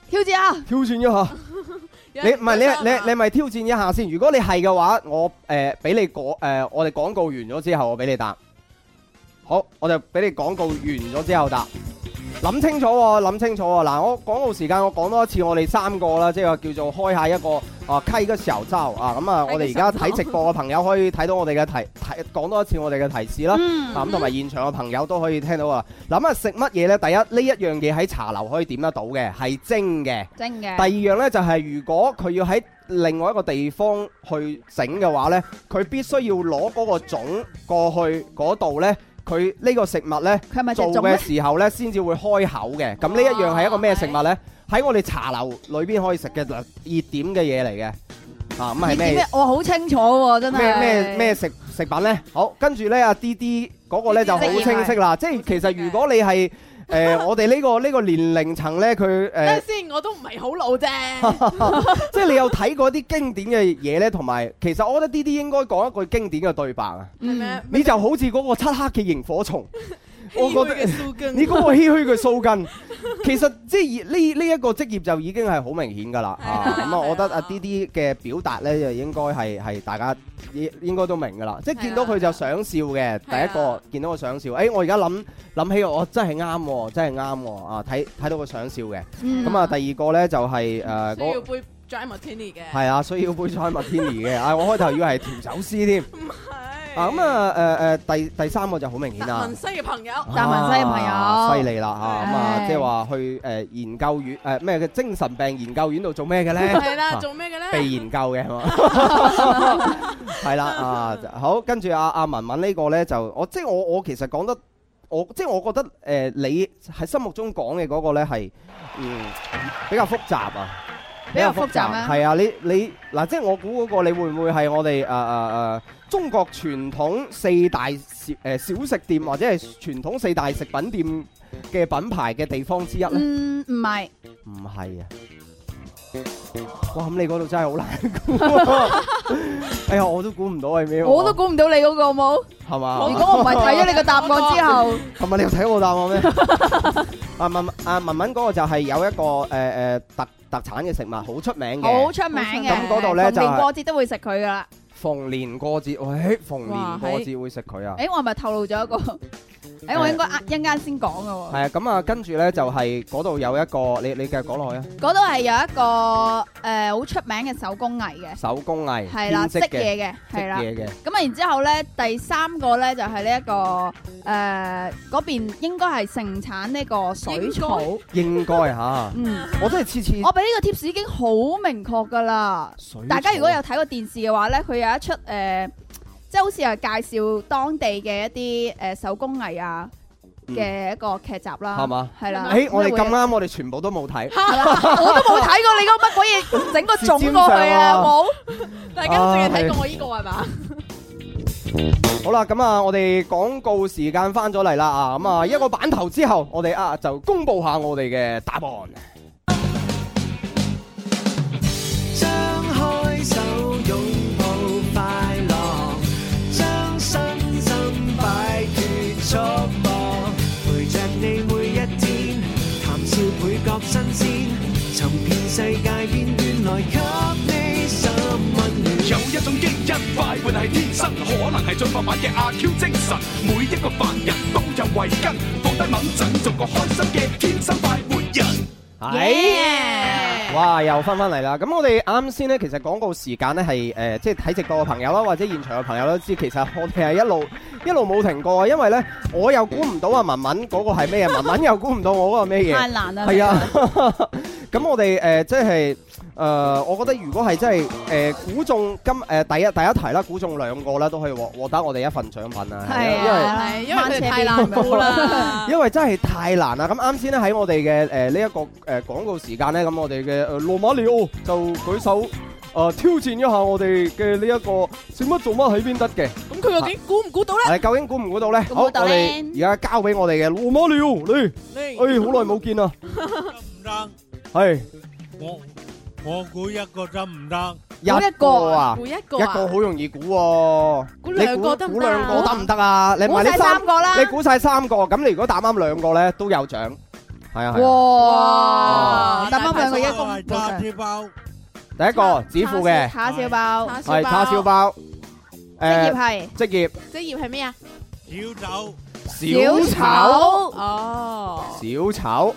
挑戰啊！挑戰一下。Dạ, 你唔係你係你係你係咪挑戰一下先？如果你係嘅話，我誒俾你講誒，我哋廣告完咗之後，我俾你答。好，我就俾你廣告完咗之後答。諗清楚喎，諗清楚喎。嗱，我廣告時間我講多一次，我哋三個啦，即係話叫做開下一個啊溪嘅時候周啊咁啊，我哋而家睇直播嘅朋友可以睇到我哋嘅提提講多一次我哋嘅提示啦。啊嗯，咁同埋現場嘅朋友都可以聽到啊！諗啊食乜嘢呢？第一呢一樣嘢喺茶樓可以點得到嘅，係蒸嘅。真嘅。第二樣呢，就係、如果佢要喺另外一個地方去整嘅話呢，佢必須要攞嗰個種過去嗰度呢，佢呢個食物呢佢係咪做隻種嘅咧？時候呢，先至會開口嘅。咁呢一樣係一個咩食物呢？喺我哋茶樓裏邊可以食嘅熱點嘅嘢嚟嘅。啊，咁係咩？咦我好清楚喎，真係咩咩咩食食品咧？好，跟住咧阿 D D 嗰個咧就好清晰啦。即係其實如果你係誒我哋呢個呢個年齡層咧，佢呃等陣誒先，我都唔係好老啫。即係你有睇過啲經典嘅嘢咧，同埋其實我覺得 D D 應該講一句經典嘅對白啊！嗯係咩？你就好似嗰個漆黑嘅螢火 蟲，我覺得唏噓嘅蘇根你嗰個唏噓嘅鬚根，其實即係呢呢一個職業就已經係好明顯㗎啦。係啊啊咁係啊，啊我覺得阿 D D 嘅表達咧，就應該係係大家應應該都明㗎啦。即係見到佢就想笑啊嘅，第一個見到佢想笑，誒我而家諗諗起我真係啱喎，真係啱喎啊！睇睇到佢想笑嘅，嗯咁啊第二個咧就係誒需嗰要杯 dry martini 嘅。係啊，需要杯 John Martini 嘅，啊我開頭以為係調酒師添啊咁。啊係誒誒第第三個就好明顯達啦文。西嘅朋友，達文西嘅朋友啊犀利啦嚇！咁啊，係即係話去誒研究院誒咩嘅精神病研究院度做咩嘅 咧？係啊啦，做咩嘅被咧？研究嘅係嘛？係啦啊，好，跟住阿阿文文呢個咧就我即係我我其實講得我即係我覺得誒你喺心目中講嘅嗰個咧係嗯比較複雜啊，比較複雜咩係啊，你你嗱即係我估嗰個你會唔會係呃我哋誒誒誒呃中國傳統四大小誒小食店或者係傳統四大食品店嘅品牌嘅地方之一咧？嗯唔係唔係啊！哇，咁你嗰度真係好難估。 哎呀，我都估唔到係咩喎。我都估唔到你嗰個好冇。係嘛？如果我唔係睇咗你個答案之 後，係咪你有睇我答案咩？ 啊文啊文文嗰個就係有一個誒誒特特產嘅食物，好出名好嘅。出名嘅，咁嗰度呢就係逢年過節都會食佢噶啦。逢年過節，喂，逢年過節會食佢啊！誒，我係咪透露咗一個？誒，我應該呃一陣間先講嘅係啊，咁啊，跟住咧就係嗰度有一個，你你繼續講落去啊！喎。嗰度係有一個誒好出名嘅手工藝嘅，手工藝，係啦，織編織嘅，嘢嘅，係啦織。嘢嘅，咁啊，然之後咧，第三個咧就係呢一個誒嗰邊應該係盛產呢個水草。。應該嚇嗯，我真係次次我俾呢個 tips 已經好明確噶啦。水大家如果草有睇過電視嘅話咧，佢有一出誒、呃即係好似係介紹當地嘅一啲誒、呃手工藝啊嘅一個劇集啦，係嘛？係啦，誒，我哋咁啦，啱，我哋全部都冇睇。係啦我都冇睇過你嗰個乜鬼嘢整個種過 去啊，冇大家都淨係睇過我呢個係嘛？好啦，咁啊，我哋廣告時間翻咗嚟啦啊，咁啊一個版頭之後，我哋啊就公佈下我哋嘅答案。張開手擁抱快樂，將身心擺脱束縛，陪着你每一天，談笑倍覺新鮮，尋遍世界邊緣來給你心温暖。有一種基因快活係天生，可能係進化版嘅阿 Q 精神。每一個凡人都有慧根，放低猛陣，做個開心嘅天生快活人。係。 Yeah 哇！又翻翻嚟啦。咁我哋啱先呢，其實廣告時間呢係誒，即係睇直播嘅朋友啦，或者現場嘅朋友都知，其實我哋係一路 一路冇停過啊。因為呢，我又估唔到啊文文嗰個係咩嘢，文文又估唔到我嗰個咩嘢。太難啦，係啊， 咁我哋誒、呃即係誒、呃我覺得如果係真係誒、呃估中今誒、呃第一第一題啦，估中兩個啦，都可以獲獲得我哋一份獎品啊！係因為啊，係因為佢慢哋車太邊難估 啦。因為真係太難啦！咁啱先咧喺我哋嘅誒呢一個誒、呃、廣告時間咧，咁我哋嘅誒羅馬里奧就舉手誒、呃挑戰一下我哋嘅呢一個食乜做乜喺邊得嘅。咁佢究竟估唔估到咧？誒究竟估唔估到咧？估唔好，我估到咧哋而家交俾我哋嘅羅馬里奧你，你誒好耐冇見啦，係估一個啊！估一一個個啊好容易估喎，估你兩個估得唔估得兩個啊？得唔得啊？你唔估係你晒三三，個啦 à? 你，估晒三個，咁你如果答啱兩個咧都有獎，係啊係啊。哇！答啱兩個一個唔到嘅第一個指付嘅叉燒包，叉係叉燒包，職誒業係職業職業係咩啊？小丑炒哦小丑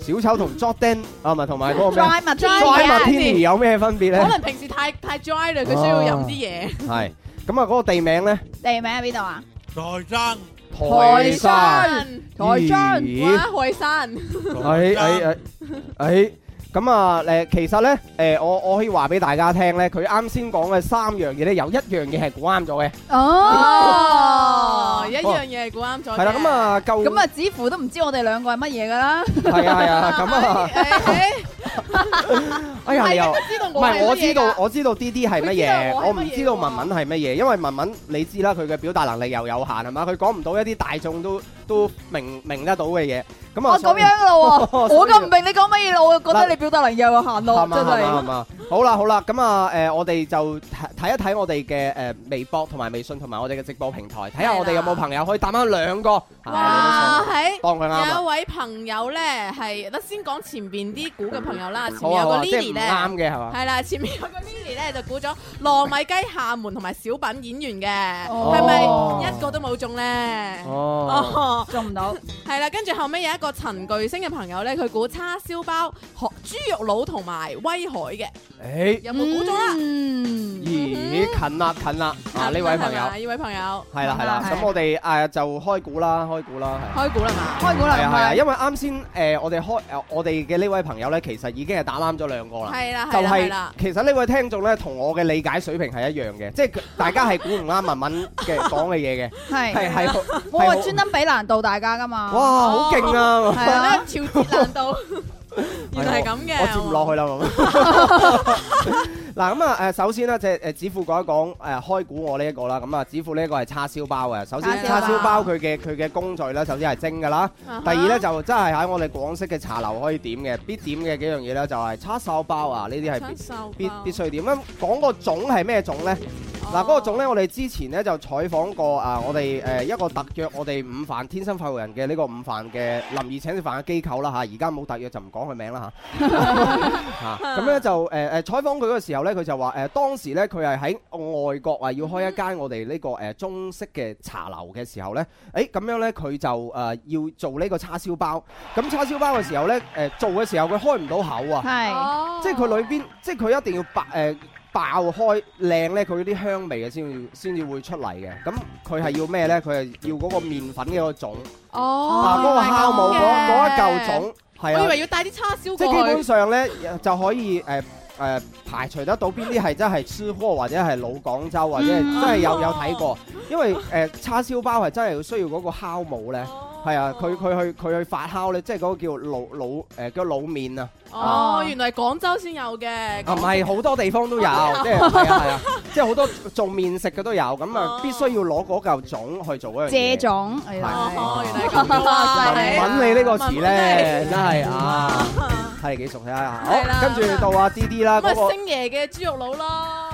小丑同 Jordan 啊唔係同埋嗰個咩 dry 物 Dry Dry 嘅 Martini Martini 有咩分別可咧？能平時太太 dry 啦，佢需要飲啲嘢。係咁啊嗰個地名咧地名喺邊度啊？台山。台山咦哇，海山，係係係係咁啊！誒，其實咧，誒，我我可以話俾大家聽咧，佢啱先講嘅三樣嘢咧，有一樣嘢係估啱咗嘅，Ờ. 哦哦，Ờ. 一。樣嘢係估啱咗嘅。係啦。咁啊，夠咁啊，似乎都唔知我哋兩個係乜嘢噶啦。係啊係 Ờ, 啊，咁啊，誒，誒哎呀啊係應又該知道唔我係係我乜知嘢道㗎。我知道 D D 係乜佢知嘢，道我係我唔乜嘢知道喎文文係乜嘢，因為文文你知啦，佢嘅表達能力又有限係嘛，佢講唔到一啲大眾都都明明得到嘅嘢，咁啊哦，所咁以樣 咯喎，所我以咁唔明你講乜嘢咯，我覺得你表達能力有限係咯，嘛真係嘛係係。嘛，好啦好啦，咁啊誒，我哋就睇睇一睇我哋嘅誒微博同埋微信同埋我哋嘅直播平台，睇下我哋有冇朋友可以答啱兩個，哇，係喺當佢啱有啊，一位朋友咧，係得先講前邊啲估嘅朋友啦，前好面啊好有個啊，即係 Lily 唔咧，啱嘅係嘛，係啦，前面有個 Lily 咧就估咗糯米雞廈門同埋小品演員嘅，哦係咪一個都冇中咧？哦，哦，做唔到，係啦，跟住後尾有一個陳巨星嘅朋友咧，佢估叉燒包、河豬肉佬同埋威海嘅，誒，有冇估中啦？嗯，咦近啦近啦，啊呢位朋友係。咪呢位朋友係啦係啦，係咁我哋誒就開估啦，開估啦，係啊。開估啦嘛？開估啦，係啊係啊，係因為啱先誒我哋開誒我哋嘅呢位朋友咧，其實已經係打啱咗兩個啦。係啦就係啦係係啦，其實呢位聽眾咧，同我嘅理解水平係一樣嘅，即 係佢大家係估唔啱文文嘅講嘅嘢嘅，係，係係我係係專登俾難度大家噶嘛。哇，好勁啊！係啊，調節難度，原哦來係咁嘅。哦我接唔落去啦，文文嗱咁 啊誒，首先咧，即係誒子富講一講誒開估我呢一個啦。咁啊，子富呢一個係叉燒包嘅。首先叉叉燒包燒包佢嘅佢嘅工序咧，首先係蒸㗎啦。啊哈。 第二咧就真係喺我哋廣式嘅茶樓可以點嘅，必點嘅幾樣嘢咧就係叉燒包啊，呢啲係必七手包。必必須點。咁講個種係咩種咧？哦。嗱，嗰個種咧，我哋之前咧就採訪過啊，我哋誒一個特約我哋午飯天生快活人嘅呢個午飯嘅林兒請食飯嘅機構啦嚇，而家冇特約就唔講佢名啦嚇。嚇咁咧就誒誒採訪佢嘅時候咧，佢就話誒當時咧佢係喺外國啊要開一間我哋呢個誒呃中式嘅茶樓嘅時候咧，誒咁樣咧佢就誒要做呢個叉燒包。咁叉燒包嘅時候咧誒做嘅時候佢開唔到口啊。係哦。即係佢裏邊，即係佢一定要啊爆誒、爆開靚咧，佢啲香味嘅先至先至會出嚟嘅。咁佢係要咩咧？佢係要嗰個麵粉嘅嗰個種，哦，啊嗰、個酵母嗰嘅。嗰一嚿種，係啊，我以為要帶啲叉燒過去。即係基本上咧就可以誒。誒排除得到邊啲係真係吃貨或者係老廣州或者係嗯真係有有睇過，因為誒、叉燒包啊係真係需要嗰個酵母咧，係啊，佢佢去佢去發酵咧，即係嗰個叫老老誒、叫老面啊。哦，原來廣州先有嘅。啊，唔係好多地方都有，即係係啊係啊，即係好多做面食嘅都有，咁啊哦必須要攞嗰嚿種去做嗰樣借嘢。 種，原來 哦，原來咁嘅。哇，文係文你呢個詞咧，文文真係。真係啊，睇嚟幾熟睇下。好係，啦跟住到阿 D D 啦，嗰個咁啊，星爺嘅豬肉佬咯。咯，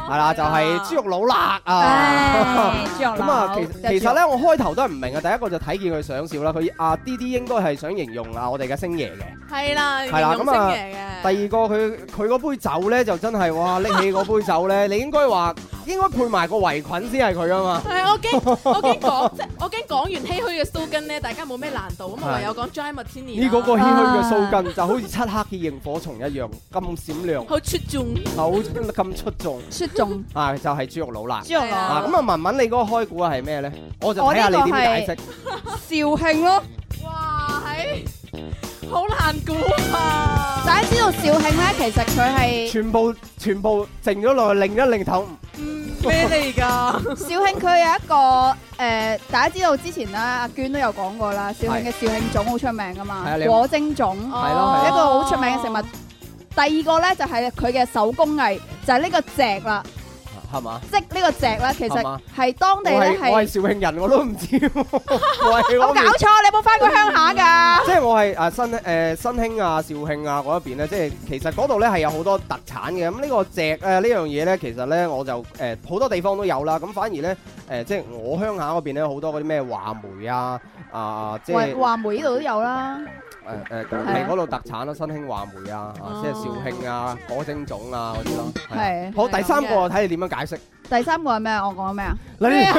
係啦，就係豬肉佬辣 啊！唉，豬肉咁啊，佬其就其豬肉 實咧，我開頭都係唔明嘅。第一個就睇見佢想笑啦，佢啊 D D 應該係想形容啊我哋嘅星爺嘅。係 啦，係啦形容咁啊星爺 à. 嘅第二個佢佢嗰杯酒咧就真係哇，拎起嗰杯酒咧，你應該話應該配埋個圍裙先係佢啊嘛。係，我驚我驚講即係我驚講完唏噓嘅蘇根咧，大家冇咩難度，咁我係唯有講 Dry Martini 呢嗰個唏啦噓嘅鬚根就好似漆黑嘅螢火蟲一樣咁閃亮，好出眾，好咁出眾出眾啊！就係豬肉佬辣豬肉係啊！佬咁啊，文文你嗰個開估係咩咧？我就睇下你點解釋。肇慶咯，哇係好難估 啊！大家知道肇慶咧，其實佢係。全部全部靜咗落去，擰一擰頭。嗯咩嚟㗎？肇慶佢有一個誒、呃大家知道之前咧，阿娟都有講過啦，肇慶嘅肇慶粽好出名噶嘛係啊你，有果蒸粽一係咯係個好出名嘅食物。第二個咧就係佢嘅手工藝，就係、呢個席啦，係嘛？織呢個席啦，其係嘛實係當我地咧係我係係。肇慶人，我都唔知 喎。我係有冇嗰搞邊錯？你有冇翻過鄉下 㗎？即係我係啊新誒新興啊肇慶啊嗰一邊咧，即係其實嗰度咧係有好多特產嘅。咁呢個隻誒呢樣嘢咧，其實咧我就誒好多地方都有啦。咁反而咧誒即係我鄉下嗰邊咧好多嗰啲咩話梅啊啊 即係華華梅呢度都有啦，誒誒係嗰度特產啦，新興話梅啊，啊即係肇慶啊果蒸粽啊嗰啲咯。係啊係好，第三個睇你點樣解釋。第三個係咩？我講咩 啊？你咩啊？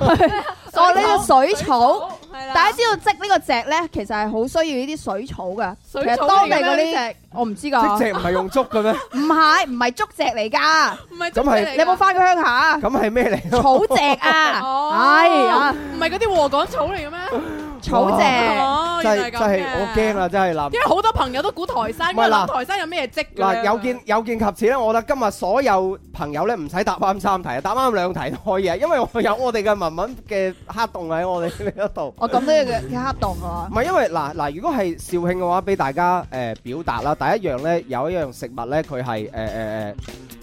哦，呢個水草。係啦，大家知道織呢個席咧，其實係好需要呢啲水草㗎。水其實草當嚟地㗎嗰咩啲，我唔知即㗎。隻唔係用竹嘅咩？唔係唔係竹席嚟㗎，唔係咁係你有冇翻過鄉下啊？咁係咩嚟咯？ 草席啊，哦係啊，唔係嗰啲禾稈草嚟嘅咩？草席。哦，真係原來真咁係嘅我驚！啦，真係諗因。為好多朋友都估台山，唔因係為嗱諗台山有咩職㗎嗱，咧有見有見及此咧，我覺得今日所有朋友咧唔使答啱三題，答啱兩題都可以啊，因為我有我哋嘅文文嘅黑洞喺我哋呢一度。我咁都要佢佢黑洞喎 唔。係因為嗱嗱，如果係肇慶嘅話，俾大家誒、呃表達啦。第一樣咧，有一樣食物咧，佢係誒誒誒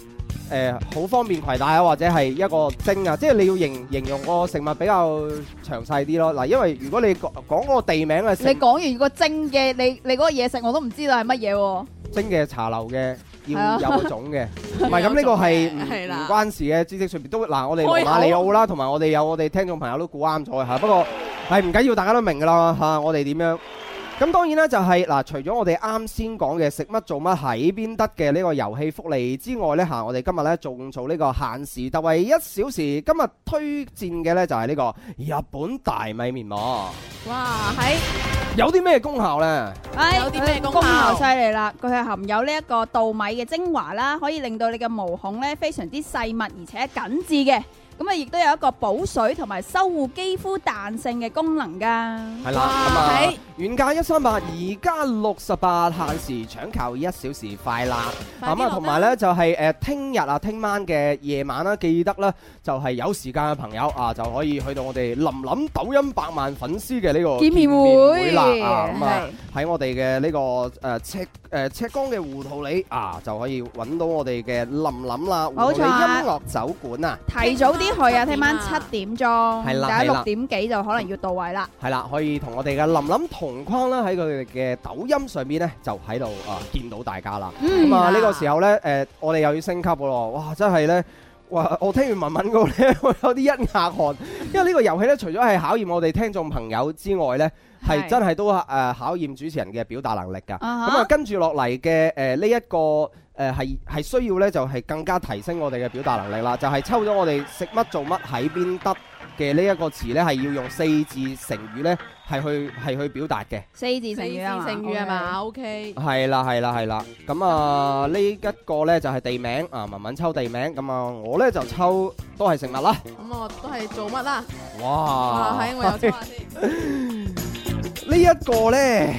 誒好方便攜帶啊，或者係一個蒸啊，即係你要形形容個食物比較詳細啲咯。嗱，因為如果你講講個地名嘅你食講完個蒸嘅，你你嗰個嘢食我都唔知道係乜嘢喎。蒸嘅茶樓嘅。係啊要有嗰種嘅，唔係咁呢個係唔係唔啦關事嘅知識上面都嗱，我哋羅開口馬里奧啦，同埋我哋有我哋聽眾朋友都估啱咗嘅嚇，不過係唔緊要，大家都明㗎啦嚇，我哋點樣？咁當然啦，就係、嗱，除咗我哋啱先講嘅食乜做乜喺邊得嘅呢個遊戲福利之外呢，嚇我哋今日呢仲做呢個限時特惠一小時，今日推薦嘅呢就係呢個日本大米面膜，哇喺有啲咩功效呢？哎有啲咩功效功效犀利啦！佢係含有呢一個稻米嘅精華啦，可以令到你嘅毛孔咧非常之細密而且緊緻嘅。咁啊，亦都有一個補水同埋修護肌膚彈性嘅功能㗎。係啦，咁啊係，原價一三八，而家六十八，限時搶購一小時快啦。快咁啊，啲落單同埋呢就係誒，聽日啊，聽晚嘅夜晚啦，記得啦，就係有時間嘅朋友啊，就可以去到我哋林林抖音百萬粉絲嘅呢個見面會會啦啊，咁啊喺我哋嘅呢個誒赤誒赤江嘅胡桃里啊，就可以揾到我哋嘅林林啦，胡桃冇里錯啊音樂酒館啊。提早啲去啊，聽晚聽晚七七點係鐘，啦大家係啦六點幾就可能要到位啦。係啦，可以同我哋嘅林林同框啦，喺佢哋嘅抖音上邊咧，就喺度啊見到大家啦。嗯咁 Ừ. 啊呢個時候咧，誒我哋又要升級嘅咯，哇！真係咧，哇！我聽完文文嗰個咧， 我有啲一額汗，因為呢個遊戲咧，除咗係考驗我哋聽眾朋友之外咧，係係真係都誒考驗主持人嘅表達能力㗎。啊咁啊，哈跟住落嚟嘅誒呢一個誒係係需要咧，就係更加提升我哋嘅表達能力啦。就係抽咗我哋食乜做乜喺邊得嘅呢一個詞咧，係要用四字成語咧係去係去表達嘅。四字四成字語啊嘛成語係嘛？OK，係啦係啦係啦。咁啊呢一個咧就係地名啊，文文抽地名。咁啊我咧就抽都係食物啦。咁我都係做乜啦？哇！哇喺我有抽啊下先， 呢一個咧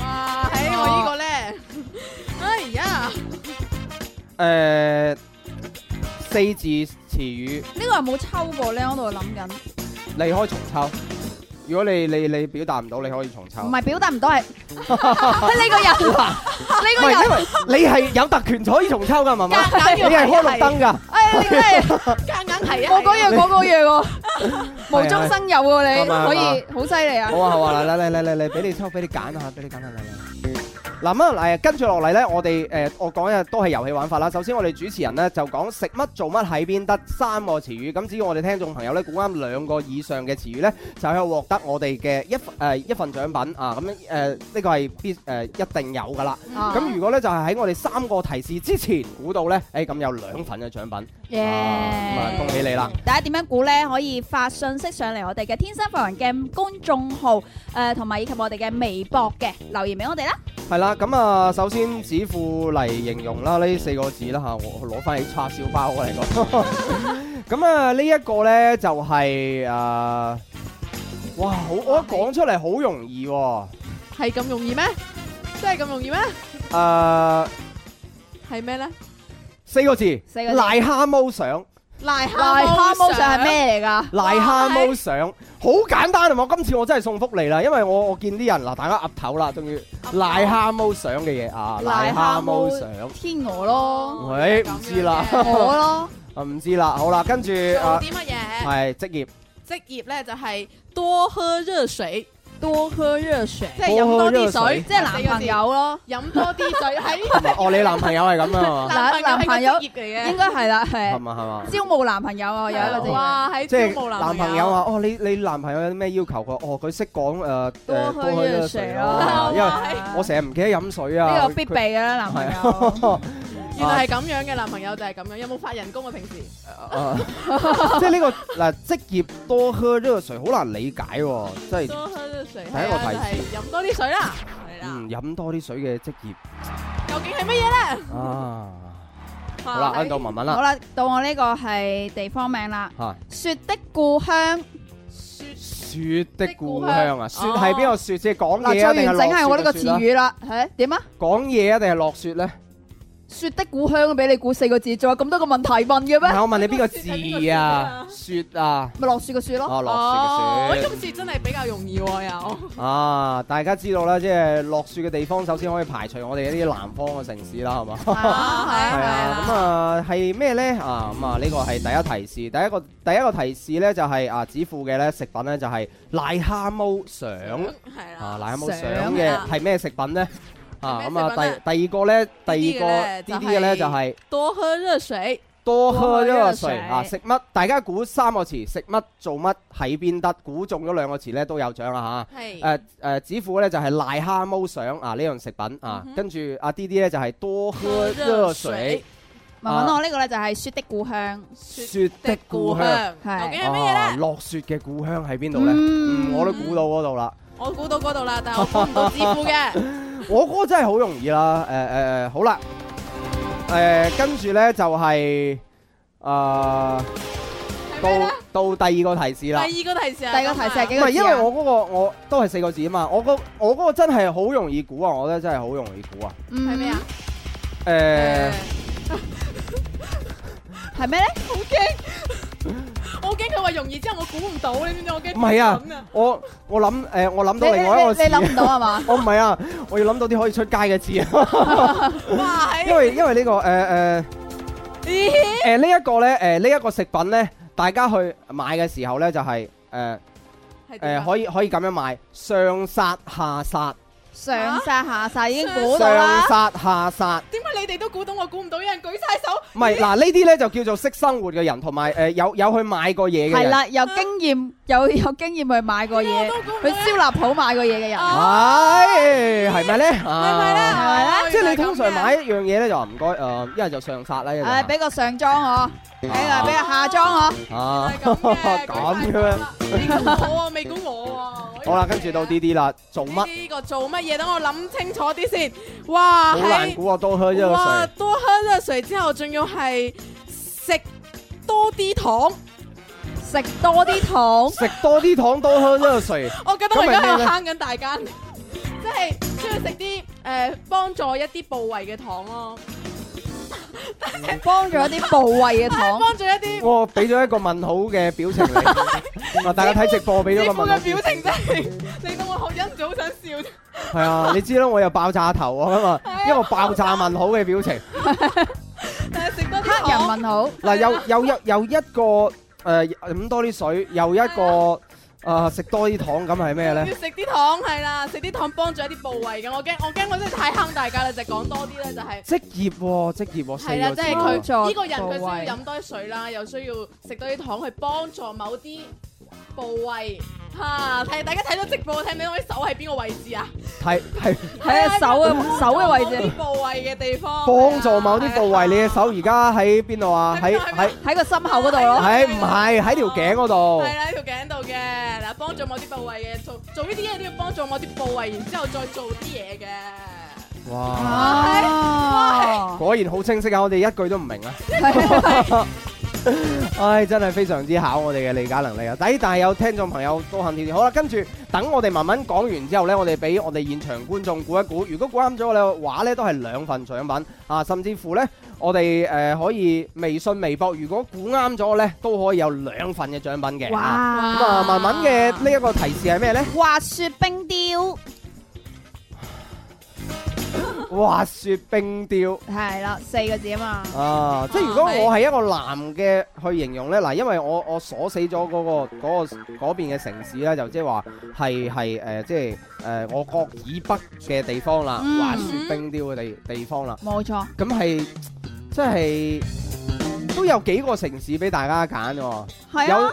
哇喺我呢個咧，哎呀，誒呃四字詞語。呢個有冇抽過咧？我喺度諗緊，你可以重抽。如果你你你表達唔到，你可以重抽。唔係表達唔到係你個人，唔你個係，人，因為你係有特權可以重抽噶，文文，夾 你硬要係開綠係燈噶。哎你真係夾硬係啊！我嗰樣我嗰樣喎，無中生有喎係咪你，可以好犀利啊！好啊好啊，嚟嚟嚟嚟嚟，俾你抽，俾你揀下，俾你揀下嚟嚟。嗱咁啊誒，跟住落嚟咧，我哋誒我講嘅都係遊戲玩法啦。首先我哋主持人咧就講食乜做乜喺邊得三個詞語，咁只要我哋聽眾朋友咧估啱兩個以上嘅詞語咧，就可以獲得我哋嘅一份誒一份獎品啊！咁誒呢個係必誒一定有噶啦。啊咁如果咧就係喺我哋三個提示之前估到咧，誒咁有兩份嘅獎品，耶咁啊恭喜你啦！大家點樣估呢？可以發信息上嚟我哋嘅天生發人嘅公眾號，誒、同埋以及我哋嘅微博嘅留言俾我哋啦。係啦，咁啊首先指付嚟形容啦，呢四個字啦嚇，我攞翻起叉燒包嚟講。 咁啊呢一個咧就係、啊哇！好，我一講出嚟好容易喎、係咁容易咩？真係咁容易咩？啊係咩咧？四個字，四個字癩蝦毛相。癞哈蝦毛上係？咩嚟㗎？癩蝦毛相，好簡單啊！我今次我真係送福利啦，因為我我見啲人嗱，大家岌頭啦，終於癩蝦毛相嘅嘢啊，癩蝦毛相，天鵝咯，喂，唔知 啦，咁樣嘅 我咯，啊唔知啦，好啦，跟住做啊啲乜嘢？係職業，職業咧就係多喝熱水，多喝熱水，即係飲多啲水，即係男朋友咯， 飲多啲水同埋喺哦你男朋友係咁啊嘛，男男朋朋友友係個職業嚟應嘅。該係啦，係係嘛係嘛，招募男朋友啊，有 Ờ, 一個字，哇！喺即招募係男男朋友話哦你你男朋友有啲咩要求佢？哦佢識講誒誒多喝熱水啊咯，因為係我成日唔記得飲水啊，呢個必佢備嘅啦，男朋友。係啊。 原來係咁樣嘅男朋友就係咁樣，有冇發人工啊？平時啊，即係呢個嗱職業多喝熱水好難理解喎，即係多喝熱水，第一個提示係啊就係飲多啲水啦。係啦，嗯飲多啲水嘅職 究竟係乜嘢咧？業啊。哎好啦，係揾到文文好啦，啦，到我呢個係地方名啦，嚇雪的故鄉。雪雪的故鄉啊，雪係邊個雪？即係講嗱，嘢最啊完定係整係我呢落個雪詞嘅雪啦？語啦，係點啊？講嘢啊定係落雪咧？雪的故鄉俾你估四個字，仲有咁多個問題問嘅唔係咩？我問你邊個字啊？雪啊，咪落雪嘅雪咯，哦哦落，雪嘅雪今次真係比較容易喎又。啊！大家知道啦，即係落雪嘅地方，首先可以排除我哋呢啲南方嘅城市啦，係嘛？係啊係 係啊，咁啊係咩咧？啊咁啊呢個係第一提示，第一個第一個提示咧就係啊指付嘅咧食品咧就係癩蝦毛相係啊啦，癩蝦毛相相嘅啊係咩食品咧？啊咁係咩食品啊呢第第二個咧，第二呢啲嘅個呢呢啲嘅咧就就係係多喝熱水，多喝多喝一個水一個水啊！食乜？大家估三個詞，食乜做乜喺邊得？估中咗兩個詞咧都有獎啦嚇。係誒誒，指付咧就係癩蝦毛相啊呢樣食品啊嗯哼，跟住阿 D D 咧就係多喝喝熱熱水水。咪揾我呢個咧就係雪的故鄉。雪的故鄉，啊鄉，究竟係乜嘢咧？落雪嘅故鄉喺邊度咧？嗯嗯，我都估到嗰度啦。我估到嗰度啦，但係我估唔到致富嘅。我嗰個真係好容易啦。誒誒誒，好啦，誒跟住咧就係誒到到第二個提示啦。第二個提示啊，第二個提示係幾唔個係，字因為啊？我嗰個我都係四個字啊嘛，我嗰我嗰個真係好容易估啊，我覺得真係好容易估啊。係係咩啊？？嗯誒，係咩咧？好驚！我驚佢話容易之後我估唔到，你知唔知我驚？唔係啊，我我諗誒，我諗到另外一個字你， 諗唔到係嘛？我唔係啊，我要諗到啲可以出街嘅 字啊，哇！係因為因為呢個誒誒。咦誒呢一個咧，誒呢一個食品咧，大家去買嘅時候咧就係誒係點誒啊可以可以咁樣買，上殺下殺，上殺下殺已經估到上啦。殺下殺，點解你哋都估到我估唔到？有人舉晒手，唔係嗱呢啲咧就叫做識生活嘅人，同埋誒有有去買過嘢嘅係人。啦，有經驗有有經驗去買過嘢，去燒臘鋪買過嘢嘅人，Ờ. 係係咪咧？係係咪咧？À. 係哦即係你原來通咁常嘅買一樣嘢咧，就話唔該誒，一係就上殺啦，一誒係俾個上裝我，俾個俾個下裝我。就啊係咁 嘅，咁舉樣晒手。啦你估我啊，未估我啊！我以為好啦，跟住到咩 D D 啦，做啊乜？呢個做乜嘢？等我諗清楚啲先。哇，好難係估啊，多喝一個哇水，，多喝熱水之後，仲要係食多啲糖。食多啲糖，食多啲糖，多喝一個水。我覺得我而家咁係喺咩度呢慳緊大家，即係需要食啲誒幫助一啲部位嘅糖咯，幫咗一啲部位嘅糖。幫助一啲我俾咗一個問號嘅表情你，啊大家睇直播俾咗肌個問膚號嘅表情，真係令到我學忍唔住好想笑。係 啊，你知啦，我又爆炸頭啊嘛，一個爆炸問號嘅表情。但係食多啲黑人糖，問好，呃嗱，有有一有一個誒飲多啲水，又一個啊，食多啲糖咁係咩要咧？食啲糖係啦，食啲糖幫助一啲部位嘅。我驚我驚我真係太坑大家啦，就講多啲咧就係。職業喎，職業喎，四係啦，個即字係喎幫助佢呢個人佢需要部飲多啲水啦，又需要食多啲糖去幫助某啲部位。嚇，睇大家睇到直播睇唔睇到我啲手喺邊個位置啊？哎係係睇下手啊手嘅位幫助置，某啲部位嘅地方，幫助某啲部係啊位。你嘅手而家喺邊度啊？喺喺邊度喺喺個心口嗰度咯。喺唔係喺條頸嗰度係？啦，喺條頸度嘅嗱，幫助某啲部位嘅，做做呢啲嘢都要幫助某啲部位，然之後再做啲嘢嘅。哇！啊，果然好清晰啊！我哋一句都唔明啊！ 唉，真係非常之考我哋嘅理解能力啊！但但係有聽眾朋友都肯定好啦，跟住等我哋慢慢講完之後呢，我哋俾我哋現場觀眾估一估，如果估啱咗嘅話呢，都係兩份獎品啊！甚至乎呢，我哋誒、呃可以微信、微博，如果估啱咗呢，都可以有兩份嘅獎品嘅。啊咁哇！啊，文文嘅呢一個提示係咩呢？滑雪冰雕滑雪冰雕。係啦，四個字啊嘛。啊！即係如果我係一個男嘅去形容咧，嗱，因為我我鎖死咗嗰、個嗰、個嗰邊嘅城市咧，就即係話係係誒，即係誒、呃我國以北嘅地方啦，嗯滑雪冰雕嘅地地方啦，冇錯，咁係即係都有幾個城市俾大家揀喎，係有啊，誒、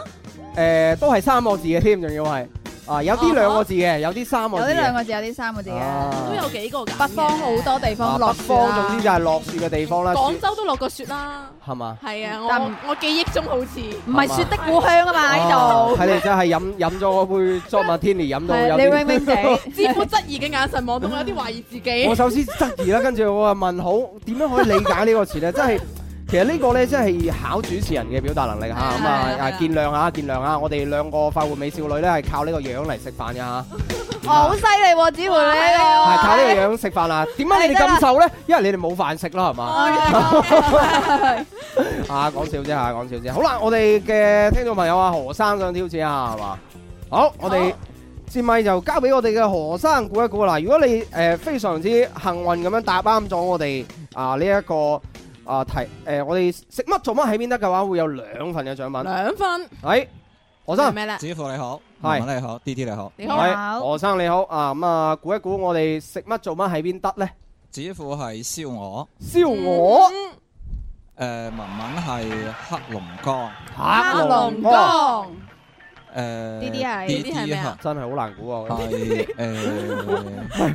呃都係三個字嘅添，仲要係啊有啲兩個字嘅，有啲三個哦有字啲兩嘅，個字，有啲三個字嘅。啊都有幾個㗎。北方好多地啊方北落雪啦方總之就係落雪嘅地方啦，廣雪州都落過雪啦。係嘛？係啊，但我我記憶中好似唔係雪的故鄉啊嘛，呢度睇嚟真哦係飲飲咗嗰杯 j o m a t i n i 飲到係啊有你 ring ring 啲。 地。知乎質疑嘅眼神望到我，有啲懷疑自己我。首先質疑啦，跟住我話問好點樣可以理解呢個詞咧？真係其實呢個咧，真係考主持人嘅表達能力嚇。咁係啊係啊啊啊，見諒下，見諒下，我哋兩個快活美少女咧係靠呢個樣嚟食飯㗎嚇，哦，好犀利喎，子桓你呢個啊係靠呢個樣食飯啊！點解你哋咁瘦咧？因為你哋冇飯食啦，係嘛？哦啊，講笑啫嚇，講笑啫。好啦，我哋嘅聽眾朋友啊，何生想挑戰一下係嘛？好，我哋接咪就交俾我哋嘅何生估一估啦。如果你誒、呃非常之幸運咁樣答啱咗我哋啊呢一個啊題誒、呃我哋食乜做乜喺邊得嘅話，會有兩份嘅獎品。兩分係何係生，咩咧？子富你好，係文文你好，D T 你好。你好好，係何生你好啊咁啊，估一估我哋食乜做乜喺邊得咧？子富係燒鵝，燒鵝、嗯誒文文係黑龍江，黑龍江，江誒 D D 係 D D D 係 D 咩啊係真係好難估啊！係 誒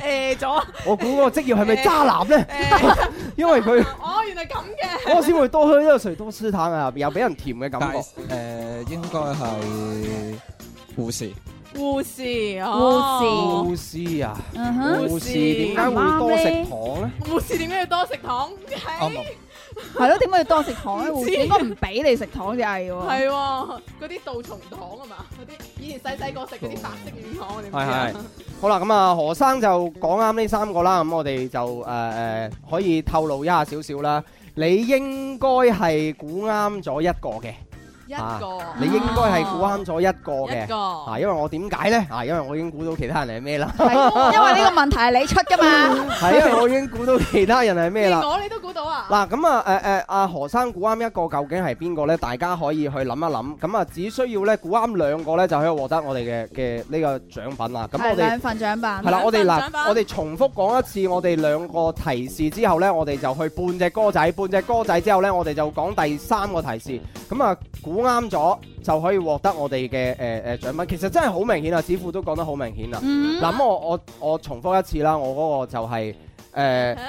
誒咗我估嗰個職業係咪渣男咧？誒，因為佢。哦，原來咁嘅。我先會多喝熱水，多吃糖啊，又俾人甜嘅感但覺係。誒應該係護士，護士，哦護士啊，嗯哼，護士點解會多食糖咧？護士點解要多食糖？啊係唔係咯，點解要多食糖咧？唔護知士應該唔俾你食糖至係喎。係喎，嗰啲杜松糖啊嘛，嗰啲以前細細個食嗰啲白色軟糖，我哋唔知係係啊。好啦，咁啊，何生就講啱呢三個啦，咁我哋就誒誒可以透露一下少少啦。你應該係估啱咗一個嘅，一個，你應該係估啱咗一個一嘅。個啊，。因為我點解咧？啊，因為我已經估到其他人係咩 啦，係因為呢個問題係你出噶嘛。係因為我已經估到其他人係咩啦連。我你都估到啊？嗱咁啊誒誒阿何生估啱一個究竟係邊個咧？大家可以去諗一諗。咁啊，只需要咧估啱兩個咧，就可以獲得我哋嘅嘅呢個獎品啦。咁係我哋兩份獎品係。啦，我哋兩份獎嗱品，我哋重複講一次我哋兩個提示之後咧，我哋就去半隻歌仔，半隻歌仔之後咧，我哋就講第三個提示。咁啊，估啱咗就可以獲得我哋嘅誒誒獎品。其實真係好明顯啊，子富都講得好明顯啦。啊嗯，嗱咁我我我重複一次啦，我嗰個就係呃誒嚇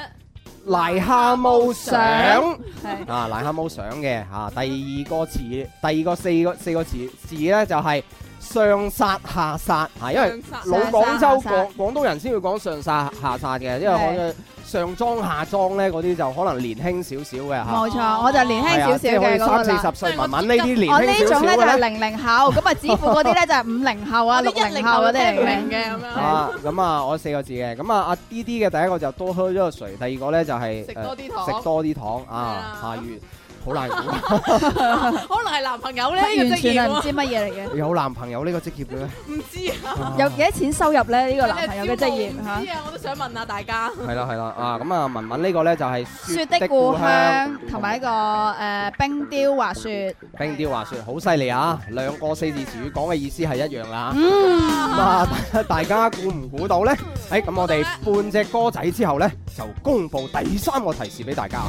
癩蛤蟆想。係啊，癩蛤蟆相嘅嚇、啊，第二個詞，第二個四個四個詞字咧就係、上殺下殺啊，因為上殺老上廣州殺下殺廣廣東人先會講上殺下殺嘅，因為我上裝下裝咧嗰啲就可能年輕少少嘅嚇，冇錯，我就哦年輕啊係少啊少即係可嘅以嗰個三四啦。十歲文文呢啊啲我年呢輕少種少咧就嘅係咧。零零後，咁啊子富嗰啲咧就係五零後哦啊、六零後嗰啲嚟嘅。明嘅咁樣，啊，咁啊，我四個字嘅，咁啊，阿 D D 嘅第一個就多喝咗水，第二個咧就係、食呃多啲糖食多啲糖啊係啊啊，如好難估。可能係男朋友咧呢個完職全係唔業知乜嘢嚟嘅。有男朋友呢個職業嘅咩？喎，唔知啊，有幾多錢收入咧？呢個男朋友嘅職唔業嚇知。啊，我都想問下大家。係啦係啦啊！咁啊，文文呢個咧就係雪的故鄉同埋一個誒冰雕滑雪，冰雕滑雪好犀利啊！兩個四字詞語講嘅意思係一樣啦。嗯，咁啊，大大家估唔估到呢？誒，咁我哋半隻歌仔之後呢，就公布第三個提示俾大家。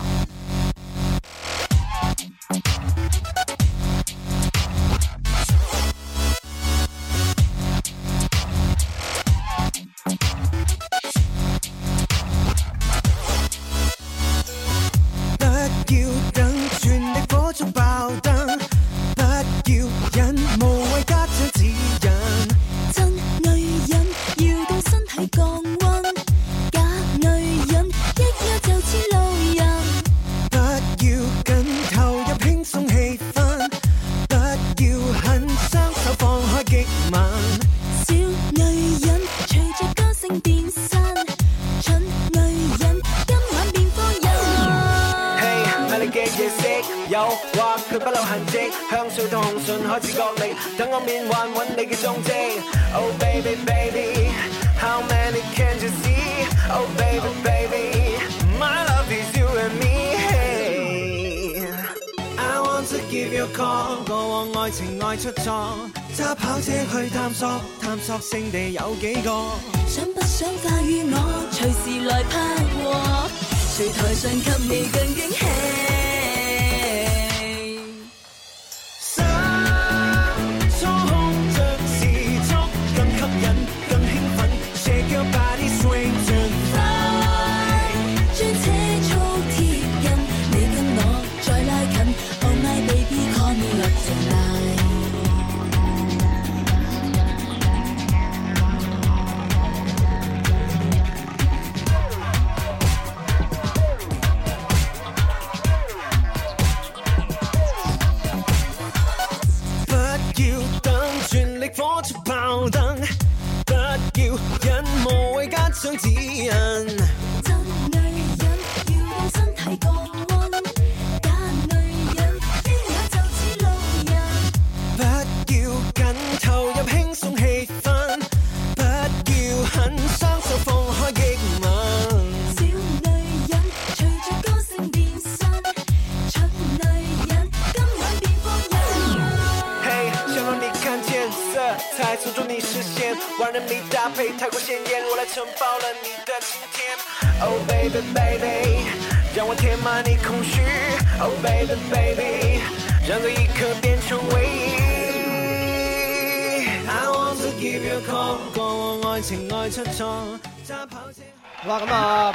不要等全力火速爆燈，不要忍無謂加上指引。真女人要對身體降温，假女人一於就似路人。不要緊投入輕鬆氣氛，不要很雙手放開極吻，小女人隨着歌聲變身，蠢女人今晚變科人。嘿，買你嘅嘢食，誘惑佢不留痕跡，香水同紅唇開始角力，等我面幻揾你嘅蹤跡。Oh baby baby，how many can you see？Oh baby baby，my love is you and me。I want to give you a call，過往愛情愛出錯，揸跑車去探索，探索勝地有幾個？想不想嫁與我？隨時來拍和，誰台上給你更驚喜？想操控着時速，更吸引，更興奮，shake your body swing to fly。將車速貼近，你跟我再拉近。Oh my baby call me up tonight。不要等，全力火速爆燈，不要忍，無謂加上指引。真女人要對身體降溫，假女人一眼就似路人。不要緊，投入輕鬆氣氛，不要狠，雙手放開極吻。小女人隨着歌聲變身，蠢女人今晚變科人。嘿，想让你看见色彩，从中你实现，万人迷搭配太过鲜艳，我来承包了你的晴天。Oh baby baby，让我填满你空虚。Oh baby baby，让这一刻变成唯一。I want to give you a call，过往爱情爱出错，揸跑车。哇，咁啊，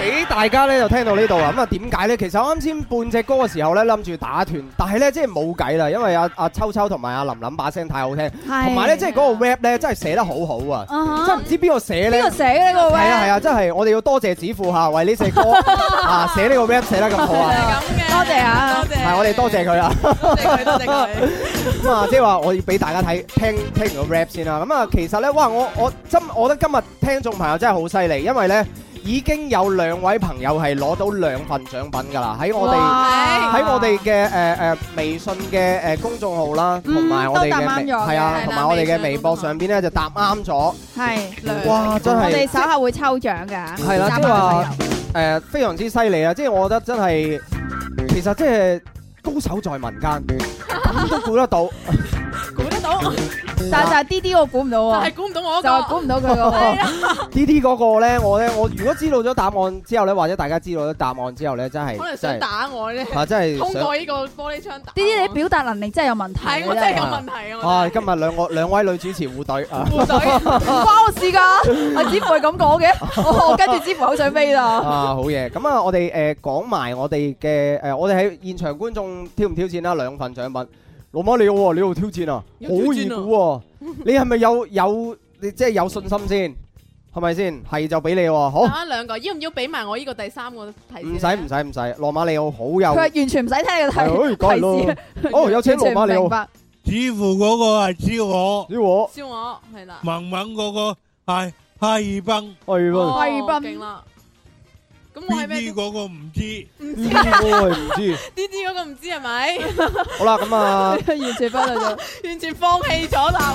俾大家咧就聽到呢度啊，咁啊點解咧？其實我啱先半隻歌嘅時候咧，諗住打斷，但係咧即係冇計啦，因為阿阿秋秋同埋阿林林把聲太好聽，同埋咧即係嗰個 rap 咧真係寫得好好啊，啊哈真係唔知邊個寫咧 Uh-huh。邊個。寫嘅呢個係位？啊係啊，真係我哋要多謝子富嚇，為呢隻 歌啊寫呢個 rap 寫得咁好啊！咁嘅，多謝啊多謝，係我哋多謝佢啦。多謝佢，多謝佢。咁啊，即係話我要俾大家睇聽聽完個 rap 先啦。咁啊，其實咧，哇，我我真我覺得今日聽眾朋友真係好犀利，因為咧已經有兩位朋友係攞到兩份獎品㗎啦，喺我哋。哇喺我哋嘅誒誒微信嘅誒公眾號啦，同埋我哋嗯都答嘅啱微咗係啊嘅，同埋我哋係啦嘅微博上邊咧就答啱咗，係兩哇！真我哋係稍後會抽獎㗎，係啦，即係話誒呃非常之犀利啊！即係我覺得真係其實即係高手在民間，咁都估得到。 估得到，但係就係 D D 我估唔到但喎係，估唔到我就係估嗰唔到佢 嘅喎。 D D 嗰個咧，我咧我如果知道咗答案之後咧，或者大家知道咗答案之後咧，真個，係可能真想係打我咧，啊，真通係想過呢個玻璃窗打呢我。啲你表達能力真係有問題，係我真係有問題啊！啊！我今日兩個兩位女主持互對啊真係部隊唔關我 事㗎，阿子乎係咁講嘅，我我跟住子乎口水飛啦。啊好嘢！咁啊，我哋誒講埋我哋嘅誒，我哋喺現場觀眾挑唔挑戰啦？兩份獎品，老媽你好喎，你好挑戰啊，要挑戰啊好易估喎！你係咪有有你即係有信心先？係咪先？係就俾你喎，好打翻兩個，要唔要俾埋我呢個第三個提示啊唔呢？使唔使唔使，羅馬里奧好佢係有完全唔使聽你係哎梗係咯嘅提提示，哦，有請羅馬完里全唔明奧，白。似乎嗰個係指我，呢我笑我係啦，萌萌嗰個係哈爾濱。係喎。哦貴賓勁啦，咁我係咩 BB 嗰個唔知，唔知唉，唔知。 D D 嗰個唔知係咪？ 好啦，咁啊，完全不理 咗。完全放棄咗啦！